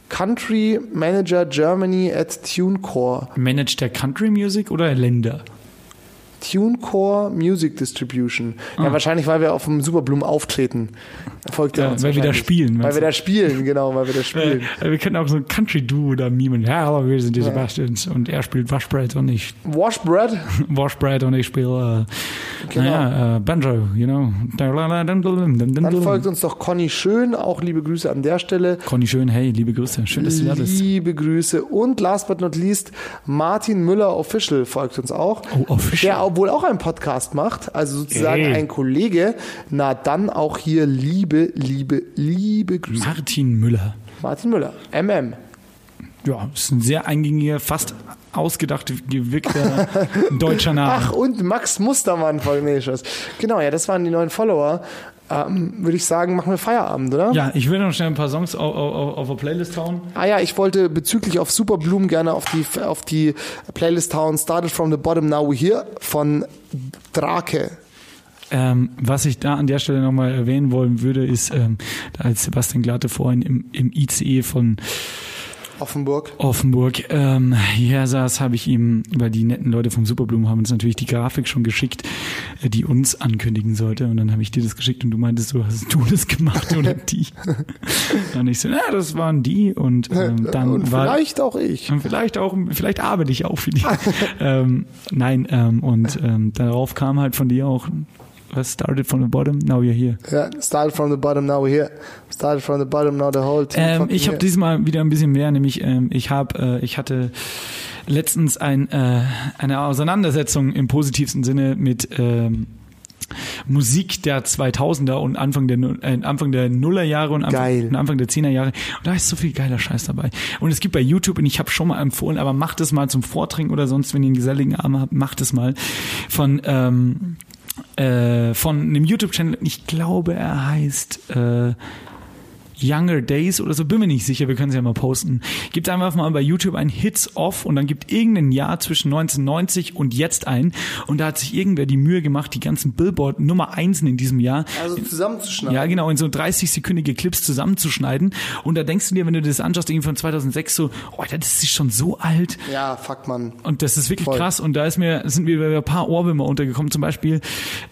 Speaker 2: Country Manager Germany at Tunecore.
Speaker 4: Managt der Country Music oder Länder?
Speaker 2: TuneCore Music Distribution. Ja, wahrscheinlich, weil wir auf dem Superblumen auftreten. Folgt er
Speaker 4: Ah. Ja,
Speaker 2: uns
Speaker 4: weil wir da
Speaker 2: wahrscheinlich.
Speaker 4: spielen,
Speaker 2: Weil
Speaker 4: meinst
Speaker 2: wir da spielen, genau, weil wir da
Speaker 4: Äh,
Speaker 2: spielen.
Speaker 4: wir können auch so ein Country-Duo da mimen. Ja, aber wir sind die Sebastians und er spielt Washbread und ich
Speaker 2: Washbread,
Speaker 4: Washbread und ich spiele äh,
Speaker 2: Genau.
Speaker 4: naja, äh, Banjo, you know.
Speaker 2: dann
Speaker 4: Genau.
Speaker 2: folgt uns doch Conny Schön, auch liebe Grüße an der Stelle.
Speaker 4: Conny Schön, hey, liebe Grüße. Schön, dass du da bist.
Speaker 2: Liebe Grüße und last but not least Martin Müller Official folgt uns auch.
Speaker 4: Oh, Official.
Speaker 2: Der wohl auch einen Podcast macht, also sozusagen
Speaker 4: Ey.
Speaker 2: ein Kollege. Na dann auch hier liebe, liebe, liebe Grüße.
Speaker 4: Martin Müller.
Speaker 2: Martin Müller, MM.
Speaker 4: Ja, ist ein sehr eingängiger, fast ausgedacht gewickter deutscher Name.
Speaker 2: Ach, und Max Mustermann folgt nee, Schuss. Genau, ja, das waren die neuen Follower. Ähm, Würde ich sagen, machen wir Feierabend, oder?
Speaker 4: Ja, ich will noch schnell ein paar Songs auf, auf, auf eine Playlist hauen.
Speaker 2: Ah ja, ich wollte bezüglich auf Superblumen gerne auf die, auf die Playlist hauen Started from the Bottom, Now We're Here von Drake.
Speaker 4: Ähm, was ich da an der Stelle nochmal erwähnen wollen würde, ist, ähm, als Sebastian Glatte vorhin im, im ICE von
Speaker 2: Offenburg.
Speaker 4: Offenburg ähm, hier saß, habe ich ihm, weil die netten Leute vom Superblumen haben uns natürlich die Grafik schon geschickt, äh, die uns ankündigen sollte. Und dann habe ich dir das geschickt und du meintest, du hast du das gemacht oder die. und ich so, na, das waren die. Und ähm, dann
Speaker 2: äh, Und
Speaker 4: war
Speaker 2: vielleicht auch ich.
Speaker 4: und vielleicht auch, vielleicht arbeite ich auch für die. ähm, nein, ähm, und ähm, darauf kam halt von dir auch, was started from the bottom, now you're here.
Speaker 2: Ja, started from the bottom, now we're here. Started from the bottom, now the whole team.
Speaker 4: Ähm,
Speaker 2: fucking
Speaker 4: ich habe
Speaker 2: here.
Speaker 4: diesmal wieder ein bisschen mehr, nämlich ähm, ich habe, äh, ich hatte letztens ein, äh, eine Auseinandersetzung im positivsten Sinne mit ähm, Musik der 2000er und Anfang der Nu- äh, Anfang der Nullerjahre und
Speaker 2: Geil.
Speaker 4: Anfang, und Anfang der 10er Jahre. Und da ist so viel geiler Scheiß dabei. Und es gibt bei YouTube, und ich habe schon mal empfohlen, aber macht es mal zum Vortrinken oder sonst, wenn ihr einen geselligen Abend habt, macht es mal von ähm, äh, von einem YouTube-Channel. Ich glaube, er heißt äh, Younger Days oder so, bin mir nicht sicher, wir können es ja mal posten. Gibt einfach mal bei YouTube ein Hits Off und dann gibt irgendein Jahr zwischen 1990 und jetzt ein. Und da hat sich irgendwer die Mühe gemacht, die ganzen Billboard Nummer Einsen in diesem Jahr
Speaker 2: Also zusammenzuschneiden.
Speaker 4: ja, genau, in so 30-sekündige Clips zusammenzuschneiden. Und da denkst du dir, wenn du das anschaust, irgendwie von 2006, so, oh, das ist schon so alt.
Speaker 2: Ja, fuck man.
Speaker 4: Und das ist wirklich
Speaker 2: Voll.
Speaker 4: krass. Und da ist mir, sind mir wieder ein paar Ohrwürmer untergekommen. Zum Beispiel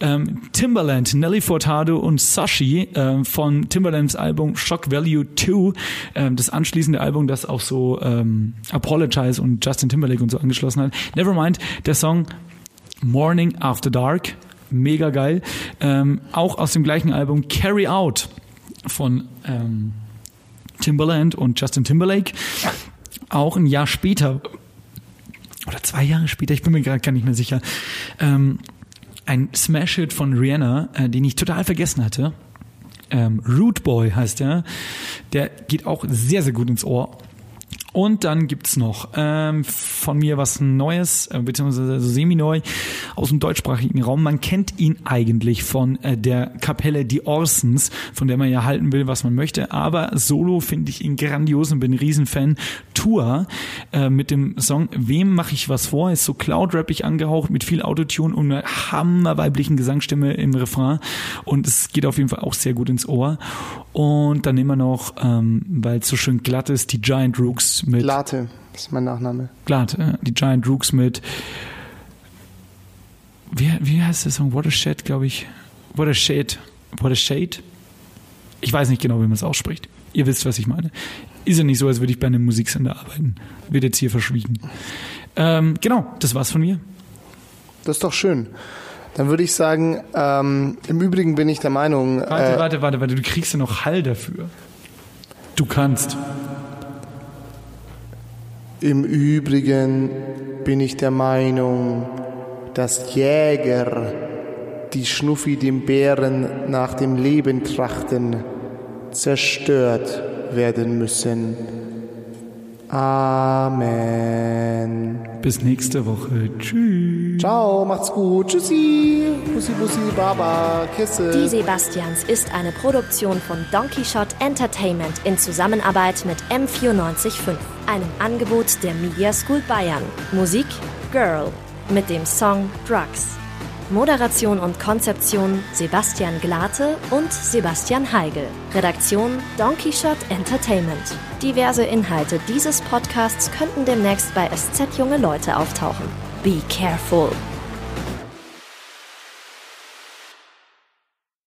Speaker 4: ähm, Timberland, Nelly Furtado und Sashi ähm, von Timberlands Album Shock Value 2. Ähm, das anschließende Album, das auch so ähm, Apologize und Justin Timberlake und so angeschlossen hat. Nevermind, der Song Morning After Dark mega geil. Ähm, auch aus dem gleichen Album Carry Out von ähm, Timberland und Justin Timberlake. Auch ein Jahr später oder zwei Jahre später, ich bin mir gerade gar nicht mehr sicher, ähm, ein Smash-Hit von Rihanna, äh, den ich total vergessen hatte. Ähm, Root Boy heißt er. Der geht auch sehr, sehr gut ins Ohr. Und dann gibt's noch ähm, von mir was Neues, äh, beziehungsweise so semi-neu aus dem deutschsprachigen Raum. Man kennt ihn eigentlich von äh, der Kapelle Die Orsons, von der man ja halten will, was man möchte. Aber solo finde ich ihn grandios und bin ein Riesenfan. Tour äh, mit dem Song Wem mache ich was vor? Ist so cloud-rappig angehaucht mit viel Autotune und einer hammerweiblichen Gesangsstimme im Refrain. Und es geht auf jeden Fall auch sehr gut ins Ohr. Und dann nehmen wir noch, ähm, weil es so schön glatt ist, die Giant Rooks mit
Speaker 2: Late ist mein Nachname.
Speaker 4: glatt, äh, die Giant Rooks mit wie, wie heißt der Song? Watershed, glaube ich. Watershed. Watershed? Ich weiß nicht genau, wie man es ausspricht. Ihr wisst, was ich meine. Ist ja nicht so, als würde ich bei einem Musiksender arbeiten. Wird jetzt hier verschwiegen. Ähm, genau, das war's von mir.
Speaker 2: Das ist doch schön. Dann würde ich sagen, ähm, im Übrigen bin ich der Meinung,
Speaker 4: Warte,
Speaker 2: äh,
Speaker 4: warte, warte, warte. Du kriegst ja noch Hall dafür. Du kannst.
Speaker 2: im Übrigen bin ich der Meinung, dass Jäger, die Schnuffi dem Bären nach dem Leben trachten, zerstört werden müssen. Amen.
Speaker 4: Bis nächste Woche. Tschüss.
Speaker 2: Ciao, macht's gut. Tschüssi. Bussi, bussi, baba. Kisse.
Speaker 1: Die Sebastians ist eine Produktion von Donkey Shot Entertainment in Zusammenarbeit mit M945, einem Angebot der Media School Bayern. Musik Girl mit dem Song Drugs. Moderation und Konzeption Sebastian Glate und Sebastian Heigel. Redaktion Donkey Shot Entertainment. Diverse Inhalte dieses Podcasts könnten demnächst bei SZ Junge Leute auftauchen. Be careful.